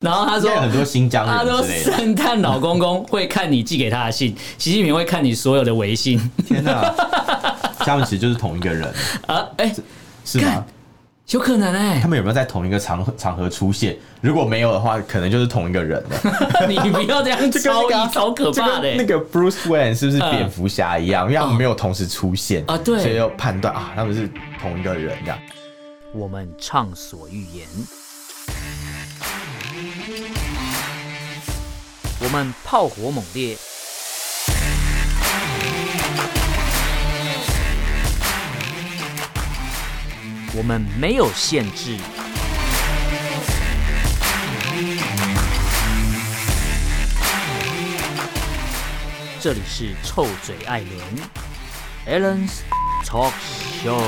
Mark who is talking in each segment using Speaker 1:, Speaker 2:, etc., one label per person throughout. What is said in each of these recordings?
Speaker 1: 然后他
Speaker 2: 现
Speaker 1: 说
Speaker 2: 在很多新疆
Speaker 1: 他
Speaker 2: 人
Speaker 1: 说
Speaker 2: 之类的。
Speaker 1: 圣诞老公公会看你寄给他的信，习近平会看你所有的微信
Speaker 2: 天哪、他们其实就是同一 个人，
Speaker 1: 啊，哎、
Speaker 2: 是吗
Speaker 1: 干？有可能哎、
Speaker 2: 他们有没有在同一个场合场合出现？如果没有的话，可能就是同一个人了。
Speaker 1: 你不要 这样
Speaker 2: 这跟那
Speaker 1: 超
Speaker 2: 个啊
Speaker 1: 译，超可
Speaker 2: 就
Speaker 1: 怕的、
Speaker 2: 跟
Speaker 1: 欸
Speaker 2: 那个 Bruce Wayne 是不是
Speaker 1: 嗯
Speaker 2: 蝙蝠侠一样？因为他们没有同时出现
Speaker 1: 啊对
Speaker 2: 所以要判断啊，他们是同一个人这样。
Speaker 1: 我们畅所欲言；我们炮火猛烈；我们没有限制。这里是臭嘴艾伦 a l l e n s Talk Show。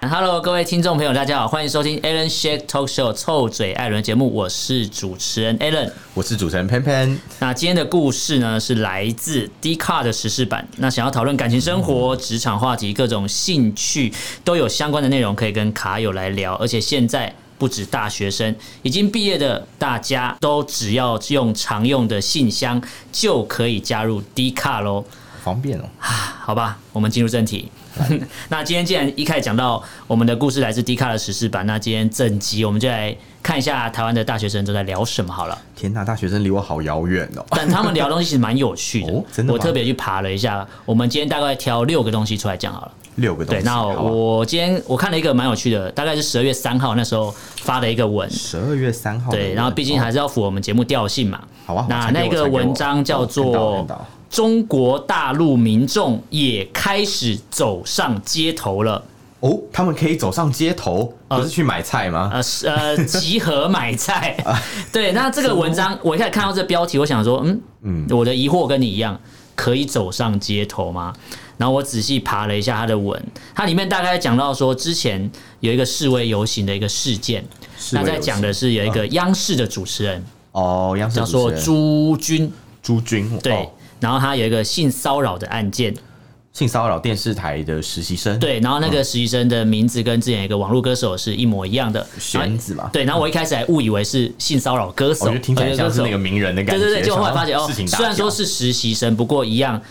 Speaker 1: Hello，各位听众朋友，大家好，欢迎收听 Alan Shake Talk Show 臭嘴艾伦节目，我是主持人 Alan。
Speaker 2: 我是主持人潘潘，
Speaker 1: 那今天的故事呢，是来自 d c a r 的时事版。那想要讨论感情生活、职场话题、各种兴趣，都有相关的内容可以跟卡友来聊。而且现在不止大学生，已经毕业的大家都只要用常用的信箱就可以加入 d c a r 喽。
Speaker 2: 好方便哦、
Speaker 1: 好吧，我们进入正题。那今天既然一开始讲到我们的故事来自迪卡的时事版，那今天正集我们就来看一下台湾的大学生都在聊什么好了。
Speaker 2: 天哪、大学生离我好遥远哦。
Speaker 1: 但他们聊的东西其实蛮有趣的，
Speaker 2: 哦真的吗
Speaker 1: 我特别去爬了一下。我们今天大概挑六个东西出来讲好了。
Speaker 2: 六个东
Speaker 1: 对，
Speaker 2: 西，
Speaker 1: 那
Speaker 2: 啊好吧。
Speaker 1: 我今天我看了一个蛮有趣的，大概是十二月三号那时候发的一个文。
Speaker 2: 十二月三哦号的文，
Speaker 1: 对，然后毕竟还
Speaker 2: 哦
Speaker 1: 是要符合我们节目调性嘛。
Speaker 2: 好啊，
Speaker 1: 那
Speaker 2: 传给
Speaker 1: 那
Speaker 2: 我
Speaker 1: 个
Speaker 2: 传给我
Speaker 1: 文章叫
Speaker 2: 哦看到
Speaker 1: 做
Speaker 2: 看到
Speaker 1: 《中国大陆民众也开始走上街头了》。
Speaker 2: 哦，他们可以走上街头，不是去买菜吗？
Speaker 1: 呃是 呃，集合买菜。
Speaker 2: 啊
Speaker 1: 对，那这个文章我一开始看到这标题，我想说，嗯嗯，我的疑惑跟你一样，可以走上街头吗？然后我仔细爬了一下他的文，它里面大概讲到说，之前有一个示威游行的一个事件，
Speaker 2: 示威
Speaker 1: 那
Speaker 2: 游
Speaker 1: 在
Speaker 2: 行
Speaker 1: 讲的是有一个央视的主持人
Speaker 2: 哦，央视
Speaker 1: 叫
Speaker 2: 主持
Speaker 1: 做
Speaker 2: 人
Speaker 1: 朱军，
Speaker 2: 朱军，
Speaker 1: 对，
Speaker 2: 哦
Speaker 1: 然后他有一个性骚扰的案件，
Speaker 2: 性骚扰电视台的实习生，，
Speaker 1: 对，然后那个
Speaker 2: 嗯
Speaker 1: 实习生的名字跟之前有一个网络歌手是一模一样的，
Speaker 2: 玄子嘛
Speaker 1: 对，然后我一开始还误以为是性骚扰歌手，
Speaker 2: 我觉得哦听起来像是
Speaker 1: 呃
Speaker 2: 那个
Speaker 1: 歌手
Speaker 2: 名人的感
Speaker 1: 对
Speaker 2: 觉。
Speaker 1: 对对，结果后来
Speaker 2: 想到
Speaker 1: 发现哦
Speaker 2: 事情，大条
Speaker 1: 虽然说是实习生，不过一样。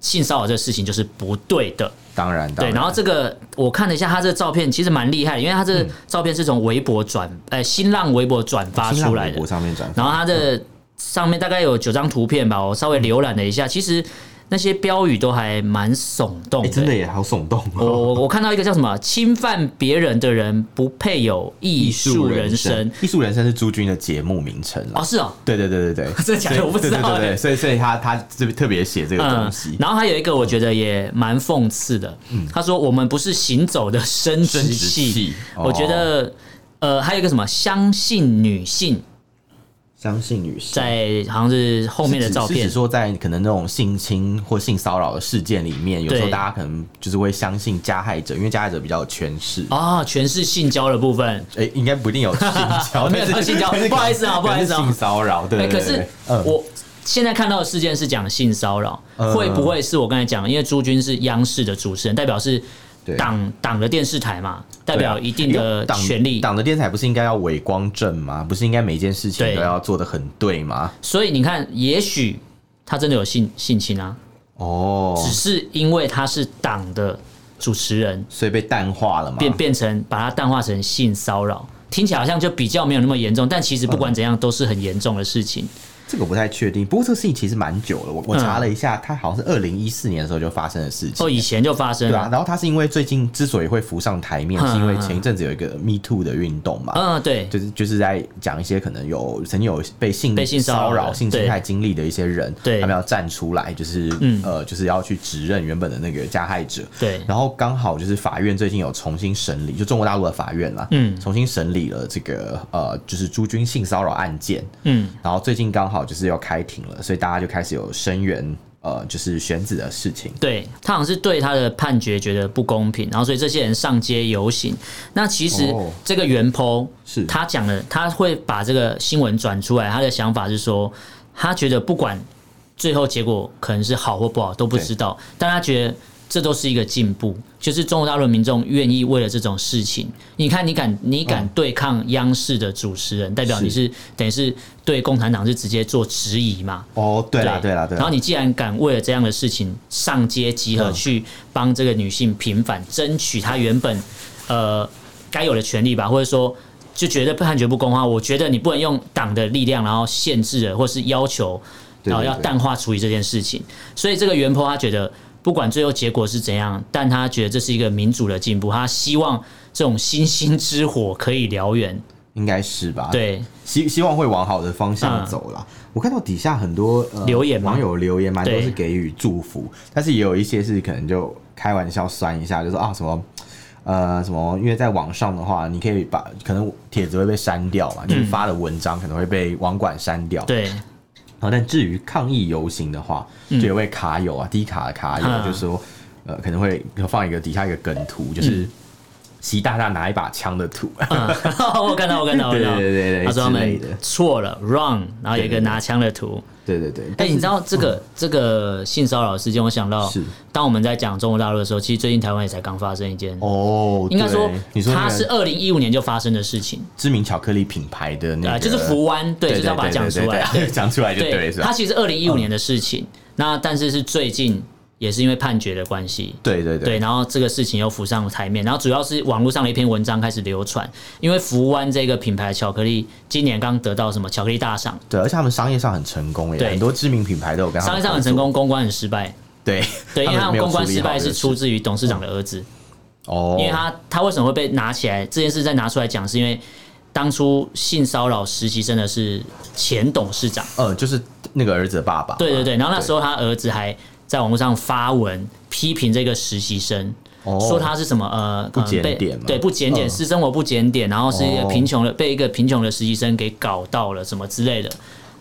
Speaker 1: 性骚扰这个事情就是不对的，
Speaker 2: 当然，当
Speaker 1: 对。然后这个我看了一下他这个照片，其实蛮厉害的，因为他这个照片是从微博转，呃，新浪微博转发
Speaker 2: 哦新浪
Speaker 1: 出来
Speaker 2: 微
Speaker 1: 的
Speaker 2: 博。上面转发，
Speaker 1: 然后它的上面大概有九张图片吧，我稍微浏览了一下，其实那些标语都还蛮耸动
Speaker 2: 哎，
Speaker 1: 的、
Speaker 2: 真的也好耸动
Speaker 1: 我
Speaker 2: 哦。
Speaker 1: 我我看到一个叫什么“侵犯别人的人不配有艺术人生，
Speaker 2: 艺术人生是朱军的节目名称”
Speaker 1: 哦，
Speaker 2: 了。
Speaker 1: 是哦，
Speaker 2: 对对对对对，
Speaker 1: 真的假的
Speaker 2: 所以
Speaker 1: 我不知道
Speaker 2: 对对对
Speaker 1: 哎
Speaker 2: 对，所以所以他他这特别写这个
Speaker 1: 嗯
Speaker 2: 东西，，
Speaker 1: 然后还有一个我觉得也蛮讽刺的，他说我们不是行走的嗯生殖
Speaker 2: 生殖
Speaker 1: 器哦
Speaker 2: 器，
Speaker 1: 我觉得呃还有一个什么相信女性，
Speaker 2: 相信女性
Speaker 1: 在好像是后面的
Speaker 2: 是指
Speaker 1: 照
Speaker 2: 是
Speaker 1: 片
Speaker 2: 指，说在可能那种性侵或性骚扰的事件里面，有时候
Speaker 1: 对
Speaker 2: 大家可能就是会相信加害者，因为加害者比较有权势。
Speaker 1: 啊、全是性交的部分，
Speaker 2: 哎、应该不一定有性交，
Speaker 1: 哦没有
Speaker 2: 但是
Speaker 1: 性交
Speaker 2: 但是
Speaker 1: 不好意思啊
Speaker 2: 可
Speaker 1: 不好意思啊
Speaker 2: 可能是性骚扰，对
Speaker 1: 哎、
Speaker 2: 对
Speaker 1: 可
Speaker 2: 对
Speaker 1: 是
Speaker 2: 对嗯
Speaker 1: 我现在看到的事件是讲性骚扰，
Speaker 2: 嗯
Speaker 1: 会不会是我刚才讲的？因为朱军是央视的主持人，代表是
Speaker 2: 对
Speaker 1: 党党的电视台嘛，代
Speaker 2: 对
Speaker 1: 表
Speaker 2: 啊
Speaker 1: 一定的
Speaker 2: 党
Speaker 1: 权利。
Speaker 2: 党的电台不是应该要伪光正吗？不是应该每件事情
Speaker 1: 对
Speaker 2: 都要做的很对吗？
Speaker 1: 所以你看，也许他真的有性性侵啊，
Speaker 2: 哦，
Speaker 1: 只是因为他是党的主持人，
Speaker 2: 所以被淡化了嘛？
Speaker 1: 变变成把它淡化成性骚扰。听起来好像就比较没有那么严重，但其实不
Speaker 2: 嗯
Speaker 1: 管怎样都是很严重的事情。
Speaker 2: 这个我不太确定。不过这个事情其实蛮久了，
Speaker 1: 嗯
Speaker 2: 我我查了一下，它好像是二零一四年的时候就发生的事情。
Speaker 1: 哦，以前就发生
Speaker 2: 对
Speaker 1: 了，
Speaker 2: 啊，然后它是因为最近之所以会浮上台面，
Speaker 1: 嗯
Speaker 2: 是因为前一阵子有一个 Me Too 的运动嘛，
Speaker 1: 嗯，对，
Speaker 2: 就是就是在讲一些可能有曾经有被性
Speaker 1: 被性骚
Speaker 2: 骚
Speaker 1: 扰
Speaker 2: 扰、
Speaker 1: 的
Speaker 2: 性侵害经历的一些人，
Speaker 1: 对
Speaker 2: 他们要站出来，就是、
Speaker 1: 嗯
Speaker 2: 呃，就是要去指认原本的那个加害者。
Speaker 1: 对
Speaker 2: 然后刚好就是法院最近有重新审理，就中国大陆的法院啦，
Speaker 1: 嗯
Speaker 2: 重新审理了这个呃，就是朱军性骚扰案件。
Speaker 1: 嗯，
Speaker 2: 然后最近刚好就是要开庭了，所以大家就开始有声援呃，就是选子的事情。
Speaker 1: 对他好像是对他的判决觉得不公平，然后所以这些人上街游行。那其实
Speaker 2: 哦
Speaker 1: 这个原 PO
Speaker 2: 是
Speaker 1: 他讲的，他会把这个新闻转出来，他的想法是说，他觉得不管最后结果可能是好或不好都不知道，但他觉得这都是一个进步，就是中国大陆民众愿意为了这种事情，你看，你敢，你敢对抗央视的主持
Speaker 2: 嗯
Speaker 1: 人，代表你是等于是对共产党是直接做质疑嘛？
Speaker 2: 哦，对啦，对啦，对
Speaker 1: 然后
Speaker 2: 啦，
Speaker 1: 你既然敢为了这样的事情上街集合，
Speaker 2: 嗯
Speaker 1: 去帮这个女性平反，争取她原本呃该有的权利吧，或者说就觉得判决不公的话，我觉得你不能用党的力量，然后限制了或是要求，
Speaker 2: 对
Speaker 1: 然后
Speaker 2: 对
Speaker 1: 要
Speaker 2: 对
Speaker 1: 淡化处理这件事情。所以这个袁坡他觉得，不管最后结果是怎样，但他觉得这是一个民主的进步，他希望这种星星之火可以燎原。
Speaker 2: 应该是吧？，
Speaker 1: 对，
Speaker 2: 希希望会往好的方
Speaker 1: 嗯
Speaker 2: 向走啦。我看到底下很多、呃、
Speaker 1: 留言吗
Speaker 2: 网友留言蛮多
Speaker 1: 对
Speaker 2: 是给予祝福，但是也有一些是可能就开玩笑酸一下，就说啊什么。呃，什么？因为在网上的话，你可以把可能帖子会被删掉嘛，就是发的文章可能会被网管删掉。
Speaker 1: 嗯对，
Speaker 2: 然后，但至于抗议游行的话，就有位卡友啊，低卡的卡友、
Speaker 1: 嗯
Speaker 2: 就说，呃，可能会放一个底下一个梗图，就是习大大拿一把枪的图，
Speaker 1: 嗯， 我看到，我看到，我看到，
Speaker 2: 对对对对
Speaker 1: 哦他说他
Speaker 2: 之
Speaker 1: 们
Speaker 2: 类的
Speaker 1: 错了，wrong，然后有一
Speaker 2: 对对
Speaker 1: 个
Speaker 2: 对
Speaker 1: 拿枪的图。
Speaker 2: 对对对。
Speaker 1: 哎、
Speaker 2: 但是嗯
Speaker 1: 你知道这个、这个性骚扰事件，我想到
Speaker 2: 是，
Speaker 1: 当我们在讲中国大陆的时候，其实最近台湾也才刚发生一件，
Speaker 2: 哦，
Speaker 1: 应该说
Speaker 2: 对你说那
Speaker 1: 它
Speaker 2: 个
Speaker 1: 是二零一五年就发生的事情，
Speaker 2: 知名巧克力品牌的那
Speaker 1: 啊，
Speaker 2: 个，
Speaker 1: 就是福湾，对，
Speaker 2: 对，
Speaker 1: 就是要把它讲出来。啊
Speaker 2: 对对对对讲出来就对了，是
Speaker 1: 它
Speaker 2: 吧？嗯
Speaker 1: 其实二零一五年的事情，那但是是最近也是因为判决的关系，
Speaker 2: 对对
Speaker 1: 对，
Speaker 2: 对，
Speaker 1: 然后这个事情又浮上台面，然后主要是网络上的一篇文章开始流传，因为福湾这个品牌的巧克力今年刚得到什么巧克力大赏，
Speaker 2: 对，而且他们商业上很成功耶，
Speaker 1: 对
Speaker 2: 很多知名品牌都有跟他们
Speaker 1: 商业上很成
Speaker 2: 合
Speaker 1: 功，公关很失败，
Speaker 2: 作，对
Speaker 1: 对，因为他
Speaker 2: 没
Speaker 1: 们
Speaker 2: 有
Speaker 1: 公关
Speaker 2: 处理
Speaker 1: 失
Speaker 2: 好
Speaker 1: 败
Speaker 2: 这
Speaker 1: 是
Speaker 2: 个事
Speaker 1: 出自于董事长的儿子，
Speaker 2: 哦，
Speaker 1: 因为他他为什么会被拿起来这件事再拿出来讲，是因为当初性骚扰实习生的是前董事长，
Speaker 2: 呃，就是那个儿子的爸爸嘛，
Speaker 1: 对对对，然后那时
Speaker 2: 候
Speaker 1: 候他儿子还在网络上发文批评这个实习生。
Speaker 2: 哦
Speaker 1: 说他是什么呃
Speaker 2: 不检
Speaker 1: 呃被
Speaker 2: 点嘛
Speaker 1: 对不检点，
Speaker 2: 嗯
Speaker 1: 私生活不检点，然后是一个
Speaker 2: 哦
Speaker 1: 贫穷的被一个贫穷的实习生给搞到了什么之类的，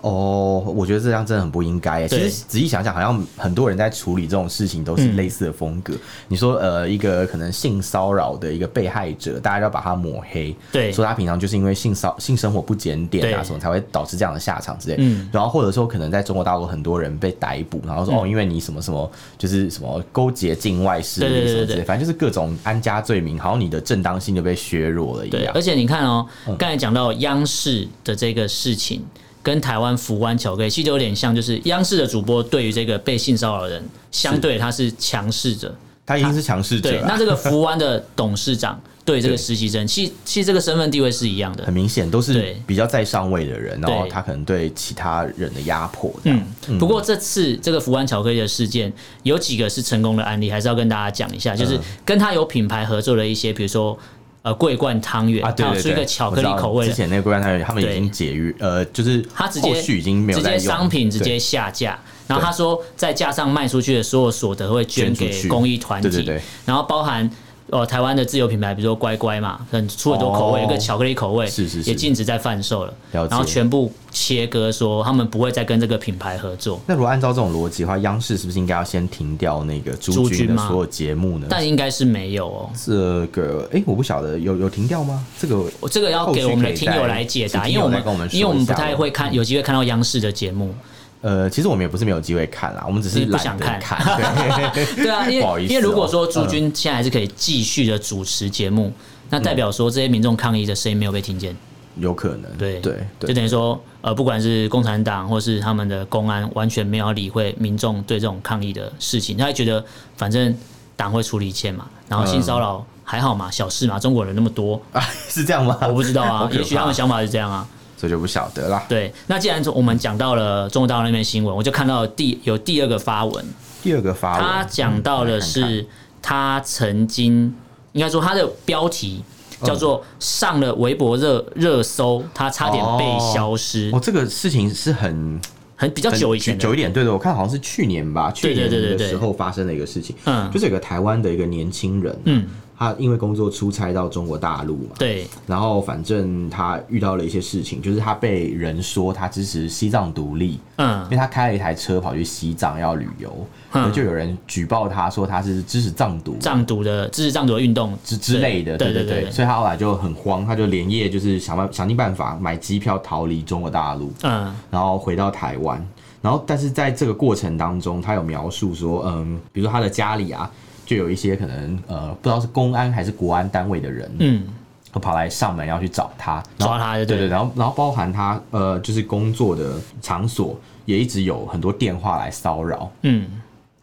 Speaker 2: 哦，我觉得这样真的很不应该耶。其
Speaker 1: 对
Speaker 2: 实仔细想想，好像很多人在处理这种事情都是类似的风
Speaker 1: 嗯
Speaker 2: 格。你说，呃，一个可能性骚扰的一个被害者，大家要把他抹黑，
Speaker 1: 对
Speaker 2: 说他平常就是因为性骚性生活不检点啊
Speaker 1: 对
Speaker 2: 什么，才会导致这样的下场之类。
Speaker 1: 嗯
Speaker 2: 然后或者说，可能在中国大陆很多人被逮捕，然后说、哦，因为你什么什么，就是什么勾结境外势
Speaker 1: 对对
Speaker 2: 力
Speaker 1: 对
Speaker 2: 什么之
Speaker 1: 对
Speaker 2: 类，
Speaker 1: 对
Speaker 2: 反正就是各种安家罪名，好像你的正当性就被削弱了一
Speaker 1: 对，
Speaker 2: 样嗯
Speaker 1: 而。且你看哦，刚才讲到央视的这个事情，跟台湾福湾巧克力其实有点像，就是央视的主播对于这个被性骚扰的人，相对他是强势者。
Speaker 2: 他一定是强势
Speaker 1: 对
Speaker 2: 者，啊、
Speaker 1: 那这个福湾的董事长对这个
Speaker 2: 对
Speaker 1: 实习生，其其实这个身份地位是一样的
Speaker 2: 很。明显都是
Speaker 1: 对
Speaker 2: 比较在上位的人，然后
Speaker 1: 对
Speaker 2: 他可能对其他人的压迫这样。
Speaker 1: 嗯，不过这次这个福湾巧克力的事件，有几个是成功的案例，还是要跟大家讲一
Speaker 2: 嗯
Speaker 1: 下，就是跟他有品牌合作的一些，比如说呃桂冠汤圆，
Speaker 2: 啊，对
Speaker 1: 它有
Speaker 2: 对
Speaker 1: 出一
Speaker 2: 对，
Speaker 1: 个巧克力
Speaker 2: 我知道
Speaker 1: 口味
Speaker 2: 之
Speaker 1: 的，
Speaker 2: 前那个龟汤他们已
Speaker 1: 对
Speaker 2: 经解约，呃，就是
Speaker 1: 他直
Speaker 2: 后
Speaker 1: 接
Speaker 2: 续已经没有
Speaker 1: 直
Speaker 2: 在用
Speaker 1: 接商品直接
Speaker 2: 对
Speaker 1: 下架，然后他说再加上卖出去的所有所得会捐
Speaker 2: 捐出
Speaker 1: 给
Speaker 2: 去
Speaker 1: 公益团体，
Speaker 2: 对对对
Speaker 1: 然后包含。哦，台湾的自有品牌，比如说乖乖嘛，很出很多口味，
Speaker 2: 哦
Speaker 1: 有个巧克力口味，
Speaker 2: 是是是
Speaker 1: 也禁止在贩售了。
Speaker 2: 了解
Speaker 1: 然后全部切割说他们不会再跟这个品牌合作，
Speaker 2: 那如果按照这种逻辑的话，央视是不是应该要先停掉那个朱
Speaker 1: 朱
Speaker 2: 军
Speaker 1: 军
Speaker 2: 的
Speaker 1: 吗
Speaker 2: 所有节目呢？
Speaker 1: 但应该是没有哦。
Speaker 2: 这个，哎、我不晓得有有停掉吗？这个
Speaker 1: 我这个要给我们的听友来解答，
Speaker 2: 后
Speaker 1: 因
Speaker 2: 续
Speaker 1: 为
Speaker 2: 可以再
Speaker 1: 我们
Speaker 2: 请听友再跟我们说一下嗯
Speaker 1: 因为我们不太会看，有机会看到央视的节目。
Speaker 2: 呃，其实我们也不是没有机会看啦，我们只是
Speaker 1: 你不想
Speaker 2: 懒得
Speaker 1: 看
Speaker 2: 看。 对
Speaker 1: 对 啊，因
Speaker 2: 不好
Speaker 1: 为
Speaker 2: 意思
Speaker 1: 因为如果说
Speaker 2: 哦
Speaker 1: 朱军现在还是可以继续的主持节目，那代表说这些民众抗议的声音没有被听见。
Speaker 2: 有可能，
Speaker 1: 对
Speaker 2: 嗯对对
Speaker 1: 就，等于说，呃，不管是共产党或是他们的公安，完全没有理会民众对这种抗议的事情，他还觉得反正党会处理一切嘛，然后性骚
Speaker 2: 嗯
Speaker 1: 扰还好嘛，小事嘛，中国人那么多，
Speaker 2: 啊， 是这样吗？
Speaker 1: 我不知道
Speaker 2: 好
Speaker 1: 啊，
Speaker 2: 可
Speaker 1: 也许他
Speaker 2: 怕
Speaker 1: 们想法是这样啊。
Speaker 2: 所以就不晓得啦。
Speaker 1: 对，那既然我们讲到了中国大陆那边新闻，我就看到第有第二个发文，
Speaker 2: 第二个发文，
Speaker 1: 他讲到的
Speaker 2: 嗯来看看
Speaker 1: 是他曾经应该说他的标题叫做上了微博热热搜，他差点被消失，
Speaker 2: 哦，这个事情是很
Speaker 1: 很比较哦
Speaker 2: 很
Speaker 1: 久以前的
Speaker 2: 久一点，对对，我看好像是去年吧，去
Speaker 1: 对
Speaker 2: 年
Speaker 1: 对对
Speaker 2: 的
Speaker 1: 对
Speaker 2: 时候发生的一个事情，
Speaker 1: 嗯
Speaker 2: 就是有个台湾的一个年轻人，
Speaker 1: 嗯，
Speaker 2: 他因为工作出差到中国大陆嘛，
Speaker 1: 对
Speaker 2: 然后反正他遇到了一些事情，就是他被人说他支持西藏独立，
Speaker 1: 嗯
Speaker 2: 因为他开了一台车跑去西藏要旅游，
Speaker 1: 嗯
Speaker 2: 就有人举报他说他是支持藏独，
Speaker 1: 藏独的支持藏独的运动
Speaker 2: 之之类的，
Speaker 1: 对
Speaker 2: 对
Speaker 1: 对对对
Speaker 2: 所以他后来就很慌，他就连夜就是想办想尽办法买机票逃离中国大陆，
Speaker 1: 嗯
Speaker 2: 然后回到台湾，然后但是在这个过程当中，他有描述说，嗯，比如说他的家里啊。就有一些可能呃，不知道是公安还是国安单位的人，
Speaker 1: 嗯，
Speaker 2: 我跑来上门要去找他，然后
Speaker 1: 抓他就
Speaker 2: 对
Speaker 1: 对了
Speaker 2: 对，然后然后包含他呃，就是工作的场所也一直有很多电话来骚扰。
Speaker 1: 嗯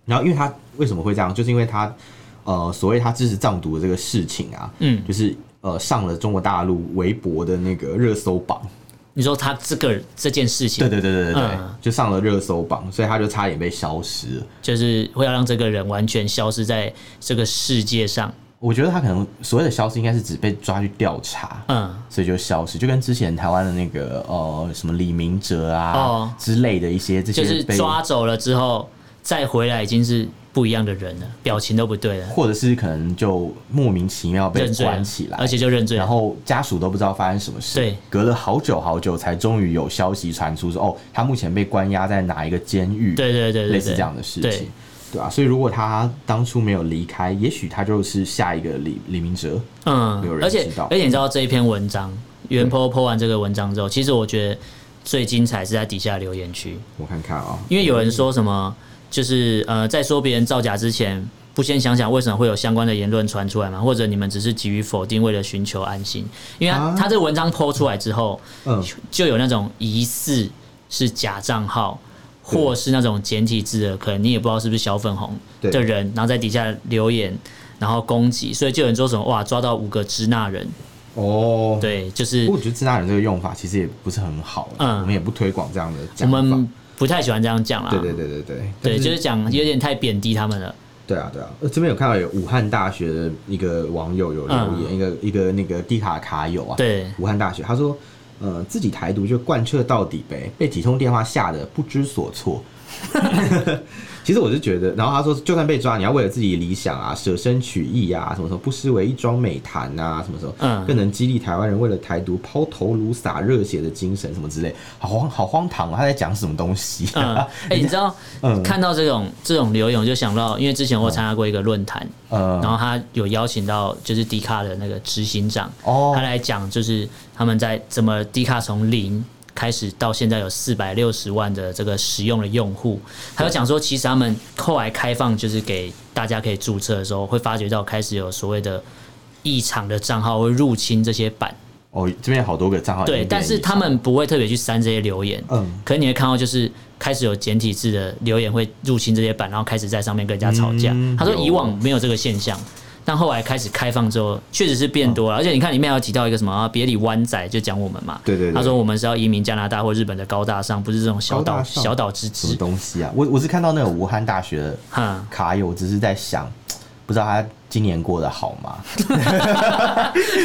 Speaker 2: 然后因为他为什么会这样，就是因为他呃，所谓他支持藏独的这个事情啊，
Speaker 1: 嗯，
Speaker 2: 就是呃上了中国大陆微博的那个热搜榜。
Speaker 1: 你说他这个这件事情
Speaker 2: 对，对对对对对，
Speaker 1: 嗯
Speaker 2: 就上了热搜榜，所以他就差点被消失了。
Speaker 1: 就是会要让这个人完全消失在这个世界上，
Speaker 2: 我觉得他可能所谓的消失，应该是指被抓去调查。
Speaker 1: 嗯，
Speaker 2: 所以就消失，就跟之前台湾的那个呃什么李明哲啊、
Speaker 1: 哦
Speaker 2: 之类的一些这些
Speaker 1: 就是
Speaker 2: 被
Speaker 1: 抓走了之后再回来已经是不一样的人了，表情都不对了，
Speaker 2: 或者是可能就莫名其妙被
Speaker 1: 认罪了
Speaker 2: 关起来，
Speaker 1: 而且就认罪了，
Speaker 2: 然后家属都不知道发生什么事，
Speaker 1: 对，
Speaker 2: 隔了好久好久才终于有消息传出说，哦，他目前被关押在哪一个监狱，
Speaker 1: 对对对对对，
Speaker 2: 类似这样的事
Speaker 1: 对
Speaker 2: 情，对啊，所以如果他当初没有离开，也许他就是下一个李李明哲，
Speaker 1: 嗯
Speaker 2: 没有，人
Speaker 1: 而且
Speaker 2: 知道
Speaker 1: 而且你知道这一篇文章，袁坡 po 完这个文章之后，其实我觉得最精彩是在底下留言区，
Speaker 2: 我看看啊、
Speaker 1: 因为有人说什么，就是呃，在说别人造假之前，不先想想为什么会有相关的言论传出来吗？或者你们只是急于否定，为了寻求安心？因为他、
Speaker 2: 啊
Speaker 1: 他这文章 po 出来之后，
Speaker 2: 嗯，
Speaker 1: 就有那种疑似是假账号。
Speaker 2: 对
Speaker 1: 或是那种简体字的，可能你也不知道是不是小粉红
Speaker 2: 对
Speaker 1: 的人，然后在底下留言，然后攻击，所以就有人说什么哇，抓到五个支那人，
Speaker 2: 哦，。
Speaker 1: 对，就是
Speaker 2: 不过我觉得自大人这个用法其实也不是很好，啊
Speaker 1: 嗯
Speaker 2: 我们也不推广这样的
Speaker 1: 我
Speaker 2: 讲法。
Speaker 1: 们不太喜欢这样讲啦。
Speaker 2: 对对对对对，
Speaker 1: 对，
Speaker 2: 但
Speaker 1: 就是讲有点太贬低他们了。
Speaker 2: 对啊，对啊，呃这边有看到有武汉大学的一个网友有留言，一个一个那个低卡卡友啊，，
Speaker 1: 嗯对，
Speaker 2: 武汉大学，他说，呃，自己台独就贯彻到底呗，被几通电话吓得不知所措。 其实我是觉得，然后他说，就算被抓，你要为了自己理想啊，舍身取义啊，什么时候不失为一桩美谈啊，什么时候，
Speaker 1: 嗯
Speaker 2: 更能激励台湾人为了台独抛头颅洒热血的精神，什么之类，好荒好荒唐哦，他在讲什么东西、
Speaker 1: 嗯，哎、你知道、
Speaker 2: 嗯
Speaker 1: 看到这种这种留言，我就想到，因为之前我有参加过一个论坛，
Speaker 2: 呃，
Speaker 1: 然后他有邀请到就是迪卡的那个执行长，
Speaker 2: 哦
Speaker 1: 他来讲就是他们在怎么迪卡从零。开始到现在有四百六十万的这个使用的用户，还有讲说，其实他们后来开放就是给大家可以注册的时候，会发觉到开始有所谓的异常的账号会入侵这些版，
Speaker 2: 哦，这边有好多个账号已经
Speaker 1: 对，
Speaker 2: 变
Speaker 1: 但是
Speaker 2: 异
Speaker 1: 他们不会特别去删这些留言，
Speaker 2: 嗯。
Speaker 1: 可能你会看到，就是开始有简体字的留言会入侵这些版，然后开始在上面跟人家吵架。
Speaker 2: 嗯
Speaker 1: 他说
Speaker 2: 有
Speaker 1: 以往没有这个现象，但后来开始开放之后，确实是变多了。而且你看里面还有提到一个什么啊，别理湾仔，就讲我们嘛。
Speaker 2: 对对对
Speaker 1: 他说我们是要移民加拿大或日本的高大上，不是这种小
Speaker 2: 高
Speaker 1: 岛
Speaker 2: 大上
Speaker 1: 小岛之
Speaker 2: 什么
Speaker 1: 枝。
Speaker 2: 东西啊？我我是看到那个武汉大学的
Speaker 1: 哈，
Speaker 2: 卡友，我只是在想，不知道他今年过得好吗？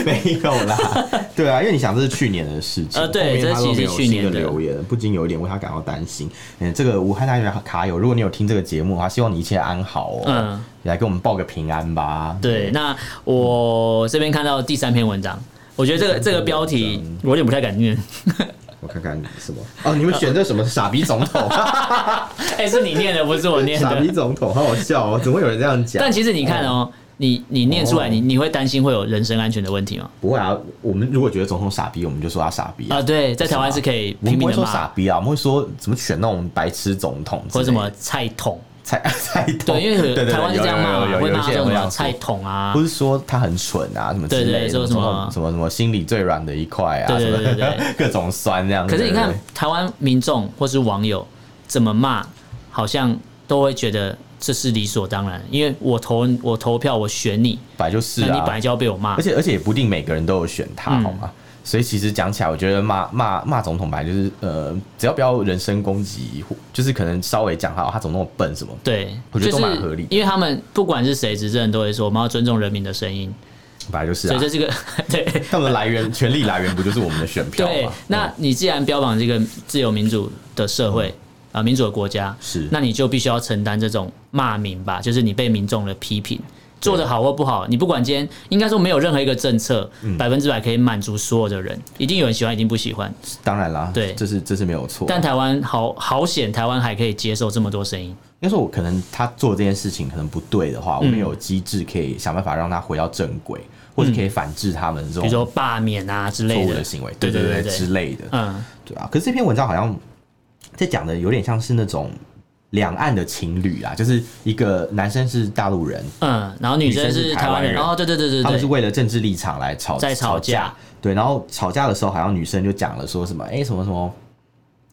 Speaker 2: 没有啦，对啊，因为你想这是去年的事情，
Speaker 1: 呃对
Speaker 2: 后面
Speaker 1: 这
Speaker 2: 他都
Speaker 1: 其
Speaker 2: 没
Speaker 1: 实
Speaker 2: 有
Speaker 1: 是去年的
Speaker 2: 新的留言，不禁有一点为他感到担心。嗯，这个武汉大学卡友，如果你有听这个节目的话，希望你一切安好哦。
Speaker 1: 嗯，
Speaker 2: 来给我们报个平安吧。
Speaker 1: 对。那我这边看到第三篇文章，我觉得这个这个标题我有点不太敢念。
Speaker 2: 我看看什么哦，你们选这什么傻逼总 统？啊
Speaker 1: 哎，是你念的，不是我念
Speaker 2: 傻
Speaker 1: 的
Speaker 2: 逼。总统，好好笑哦！怎么会有人这样讲？
Speaker 1: 但其实你看哦，你你念出来，
Speaker 2: 哦
Speaker 1: 你你会担心会有人身安全的问题吗？
Speaker 2: 不会啊，我们如果觉得总统傻逼，我们就说他傻逼
Speaker 1: 啊，对，在台湾是可以
Speaker 2: 我
Speaker 1: 拼
Speaker 2: 们不
Speaker 1: 命
Speaker 2: 会
Speaker 1: 的
Speaker 2: 说
Speaker 1: 骂
Speaker 2: 傻，逼啊，我们会说怎么选那种白痴总统之
Speaker 1: 或者
Speaker 2: 类的，
Speaker 1: 什么菜桶，
Speaker 2: 菜 菜桶，
Speaker 1: 对，因为
Speaker 2: 对对
Speaker 1: 台湾是这样骂
Speaker 2: 有有
Speaker 1: 嘛，
Speaker 2: 有
Speaker 1: 会
Speaker 2: 有有
Speaker 1: 骂
Speaker 2: 一
Speaker 1: 说
Speaker 2: 些人
Speaker 1: 什
Speaker 2: 会这
Speaker 1: 么
Speaker 2: 样
Speaker 1: 菜
Speaker 2: 说。
Speaker 1: 桶啊
Speaker 2: 不，是说他很蠢啊，什么之
Speaker 1: 对对
Speaker 2: 类的，
Speaker 1: 说什
Speaker 2: 总
Speaker 1: 么
Speaker 2: 统什么什么心理最软的一块啊，
Speaker 1: 对对
Speaker 2: 什么
Speaker 1: 对对对
Speaker 2: 各种酸这样。
Speaker 1: 可是你看
Speaker 2: 对对对
Speaker 1: 台湾民众或是网友怎么骂，好像都会觉得这是理所当然，因为我投我投票我选你，
Speaker 2: 本来就是
Speaker 1: 那你本
Speaker 2: 啊
Speaker 1: 来，就要被我骂
Speaker 2: 而，且而且也不一定每个人都有选他，
Speaker 1: 嗯
Speaker 2: 好吗？所以其实讲起来，我觉得骂骂骂总统本来就是呃，只要不要人身攻击，或就是可能稍微讲他哦他怎么那么笨什么，
Speaker 1: 对，
Speaker 2: 我觉得
Speaker 1: 就
Speaker 2: 都蛮合
Speaker 1: 是
Speaker 2: 理的
Speaker 1: 因为他们不管是谁执政，都会说我们要尊重人民的声音，
Speaker 2: 本来就是
Speaker 1: 所
Speaker 2: 啊
Speaker 1: 以。这是个 对。
Speaker 2: 他们的来源，权力来源不就是我们的选票
Speaker 1: 对
Speaker 2: 吗？，哦
Speaker 1: 那你既然标榜这个自由民主的社会啊、民主的国家，
Speaker 2: 嗯是
Speaker 1: 那你就必须要承担这种骂名吧，就是你被民众的批评。做得好或不好，你不管今天，应该说没有任何一个政策
Speaker 2: 嗯
Speaker 1: 百分之百可以满足所有的人，一定有人喜欢，一定不喜欢。
Speaker 2: 当然啦，
Speaker 1: 对
Speaker 2: 这是这是没有错。
Speaker 1: 但台湾好好险，台湾还可以接受这么多声音。
Speaker 2: 要说我可能他做这件事情可能不对的
Speaker 1: 嗯
Speaker 2: 话，我们有机制可以想办法让他回到正轨，或者可以反制他们这
Speaker 1: 嗯比如说
Speaker 2: 种
Speaker 1: 罢免啊之
Speaker 2: 错
Speaker 1: 类
Speaker 2: 误
Speaker 1: 的
Speaker 2: 的行为，
Speaker 1: 对
Speaker 2: 对
Speaker 1: 对
Speaker 2: 之类的，
Speaker 1: 嗯，
Speaker 2: 对啊。可是这篇文章好像在讲的有点像是那种两岸的情侣啊，就是一个男生是大陆人，
Speaker 1: 嗯，然后女生
Speaker 2: 女生是
Speaker 1: 是
Speaker 2: 台
Speaker 1: 台
Speaker 2: 湾
Speaker 1: 湾人，
Speaker 2: 人
Speaker 1: 哦，对对对对
Speaker 2: 他们是
Speaker 1: 对，
Speaker 2: 为了政治立场来吵
Speaker 1: 在吵架
Speaker 2: 架，对，然后吵架的时候好像女生就讲了说什么，哎、什么什么。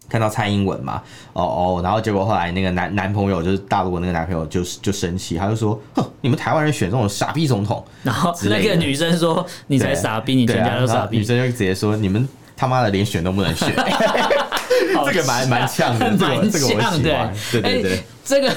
Speaker 2: 看到蔡英文嘛，哦哦，然后结果后来那个男男朋友就是大陆的那个男朋友就是就生气，他就说，哼，你们台湾人选这种傻逼总统，
Speaker 1: 然后
Speaker 2: 之类
Speaker 1: 那个
Speaker 2: 的
Speaker 1: 女生说：“你才
Speaker 2: 对
Speaker 1: 傻逼，你全
Speaker 2: 对啊
Speaker 1: 家都
Speaker 2: 然后
Speaker 1: 傻
Speaker 2: 女
Speaker 1: 逼。
Speaker 2: 生就直接说，你们他妈的连选都 不能选，哎
Speaker 1: 好
Speaker 2: 这个蛮蛮 呛的，这个
Speaker 1: 蛮
Speaker 2: 这个我
Speaker 1: 像
Speaker 2: 喜
Speaker 1: 的
Speaker 2: 欢
Speaker 1: 欸，，
Speaker 2: 对对对
Speaker 1: 哎。这个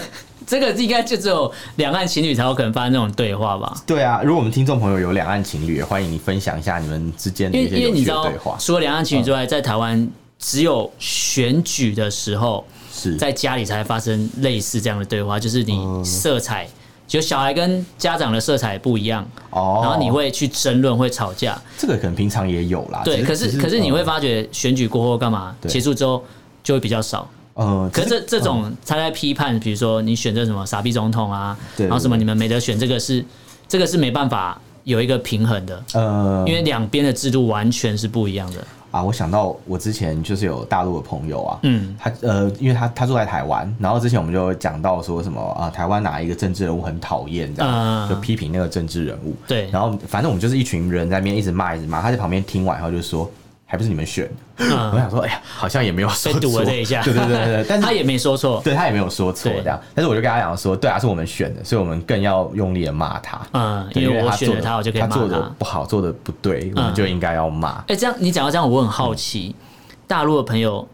Speaker 1: 这个应该就只有两岸情侣才有可能发生这种对话吧？
Speaker 2: 对啊，如果我们听众朋友有两岸情侣，也欢迎你分享一下你们之间的
Speaker 1: 因为
Speaker 2: 一些
Speaker 1: 因为
Speaker 2: 有
Speaker 1: 你
Speaker 2: 趣
Speaker 1: 知
Speaker 2: 的
Speaker 1: 道
Speaker 2: 对话，。嗯
Speaker 1: 除了两岸情侣之外，在台湾只有选举的时候，
Speaker 2: 是，
Speaker 1: 在家里才发生类似这样的对话，就是你
Speaker 2: 嗯
Speaker 1: 色彩，就小孩跟家长的色彩不一样，
Speaker 2: 哦，
Speaker 1: 然后你会去争论，会吵架。
Speaker 2: 这个可能平常也有啦。
Speaker 1: 对，
Speaker 2: 只
Speaker 1: 可
Speaker 2: 是
Speaker 1: 是
Speaker 2: 只
Speaker 1: 可是你会
Speaker 2: 呃
Speaker 1: 发觉选举过后干嘛？
Speaker 2: 对
Speaker 1: 结束之后就会比较少。
Speaker 2: 呃，
Speaker 1: 可
Speaker 2: 只
Speaker 1: 是这这种他在批判，比如说你选择什么傻逼总统啊，
Speaker 2: 对
Speaker 1: 然后什么
Speaker 2: 对
Speaker 1: 你们没得选，这个是这个是没办法有一个平衡的，
Speaker 2: 呃，
Speaker 1: 因为两边的制度完全是不一样的。
Speaker 2: 啊，我想到我之前就是有大陆的朋友啊，
Speaker 1: 嗯，
Speaker 2: 他呃，因为他他住在台湾，然后之前我们就讲到说什么啊、台湾哪一个政治人物很讨厌这样，
Speaker 1: 嗯
Speaker 2: 就批评那个政治人物。
Speaker 1: 对
Speaker 2: 然后反正我们就是一群人在那边一直骂一直骂，他在旁边听完以后就说。还不是你们选，
Speaker 1: 嗯
Speaker 2: 我想说，哎呀，好像也没有说
Speaker 1: 被堵
Speaker 2: 错
Speaker 1: 了这一下，
Speaker 2: 对对对对对，但是
Speaker 1: 他也没说错，
Speaker 2: 对他也没有说错
Speaker 1: 对
Speaker 2: 这样，但是我就跟他讲说，对啊，是我们选的，所以我们更要用力的骂他，
Speaker 1: 嗯，
Speaker 2: 对
Speaker 1: 因为我
Speaker 2: 他
Speaker 1: 选
Speaker 2: 做
Speaker 1: 了
Speaker 2: 的
Speaker 1: 他，我就可以骂
Speaker 2: 做的
Speaker 1: 他。
Speaker 2: 不好，做的不对，我们就应该要骂。
Speaker 1: 哎，这样你讲到这样，我很好奇，
Speaker 2: 嗯
Speaker 1: 大陆的朋友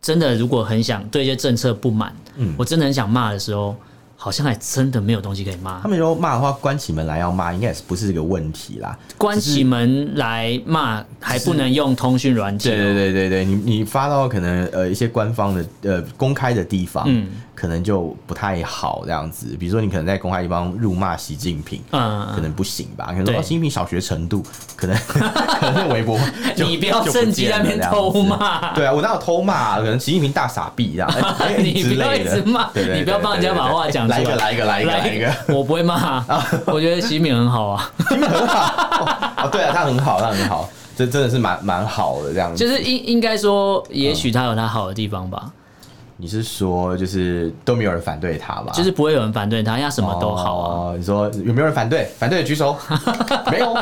Speaker 1: 真的如果很想对一些政策不满，
Speaker 2: 嗯
Speaker 1: 我真的很想骂的时候，好像还真的没有东西可以骂
Speaker 2: 他。们说骂的话，关起门来要骂，应该也是不是这个问题啦。
Speaker 1: 关起门来骂，还不能用通讯软件
Speaker 2: 对。对对对对，你你发到可能呃一些官方的呃公开的地方，
Speaker 1: 嗯
Speaker 2: 可能就不太好这样子。比如说你可能在公开地方辱骂习近平，可
Speaker 1: 嗯，
Speaker 2: 能不行吧？可能说
Speaker 1: 对
Speaker 2: 哦习近平小学程度，可能 可能微博 就，
Speaker 1: 你不要趁机在那边
Speaker 2: 就不见了这样子
Speaker 1: 偷骂
Speaker 2: 对啊，我哪有偷骂？可能习近平大傻逼 这样，哎
Speaker 1: 你
Speaker 2: 之
Speaker 1: 不要
Speaker 2: 类
Speaker 1: 一
Speaker 2: 的
Speaker 1: 直骂
Speaker 2: 对对
Speaker 1: 你不要
Speaker 2: 对
Speaker 1: 帮人
Speaker 2: 对
Speaker 1: 家把
Speaker 2: 对对
Speaker 1: 话讲
Speaker 2: 来一
Speaker 1: 出
Speaker 2: 个，
Speaker 1: 来
Speaker 2: 来一个，来一个，来一个。 啊
Speaker 1: 我不会骂，我觉得习敏很好 啊，
Speaker 2: 哦，对啊，他很好，他很好，这真的是蛮蛮好的这样子。
Speaker 1: 就是应应该说，也许他有他好的地方吧，
Speaker 2: 你是说，就是都没有人反对他吧？
Speaker 1: 就是不会有人反对他，因为他什么都好啊。
Speaker 2: 啊哦。你说有没有人反对？反对的举手。 没有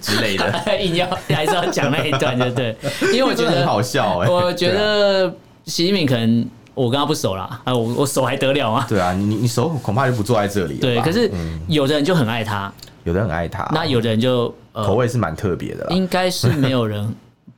Speaker 2: 之类的，
Speaker 1: 硬要还是要讲那一段，就 对，因为我觉
Speaker 2: 真的很
Speaker 1: 得，
Speaker 2: 好笑哎、
Speaker 1: 我觉得习近平可能我跟他不熟啦，啊，我我熟还得了啊？
Speaker 2: 对啊，对啊，你你手恐怕就不坐在这里了
Speaker 1: 对，
Speaker 2: 吧嗯
Speaker 1: 可是有的人就很爱他，
Speaker 2: 有的人很爱他，
Speaker 1: 那有的人就
Speaker 2: 口
Speaker 1: 呃，
Speaker 2: 味是蛮特别的啦。
Speaker 1: 应该是没有人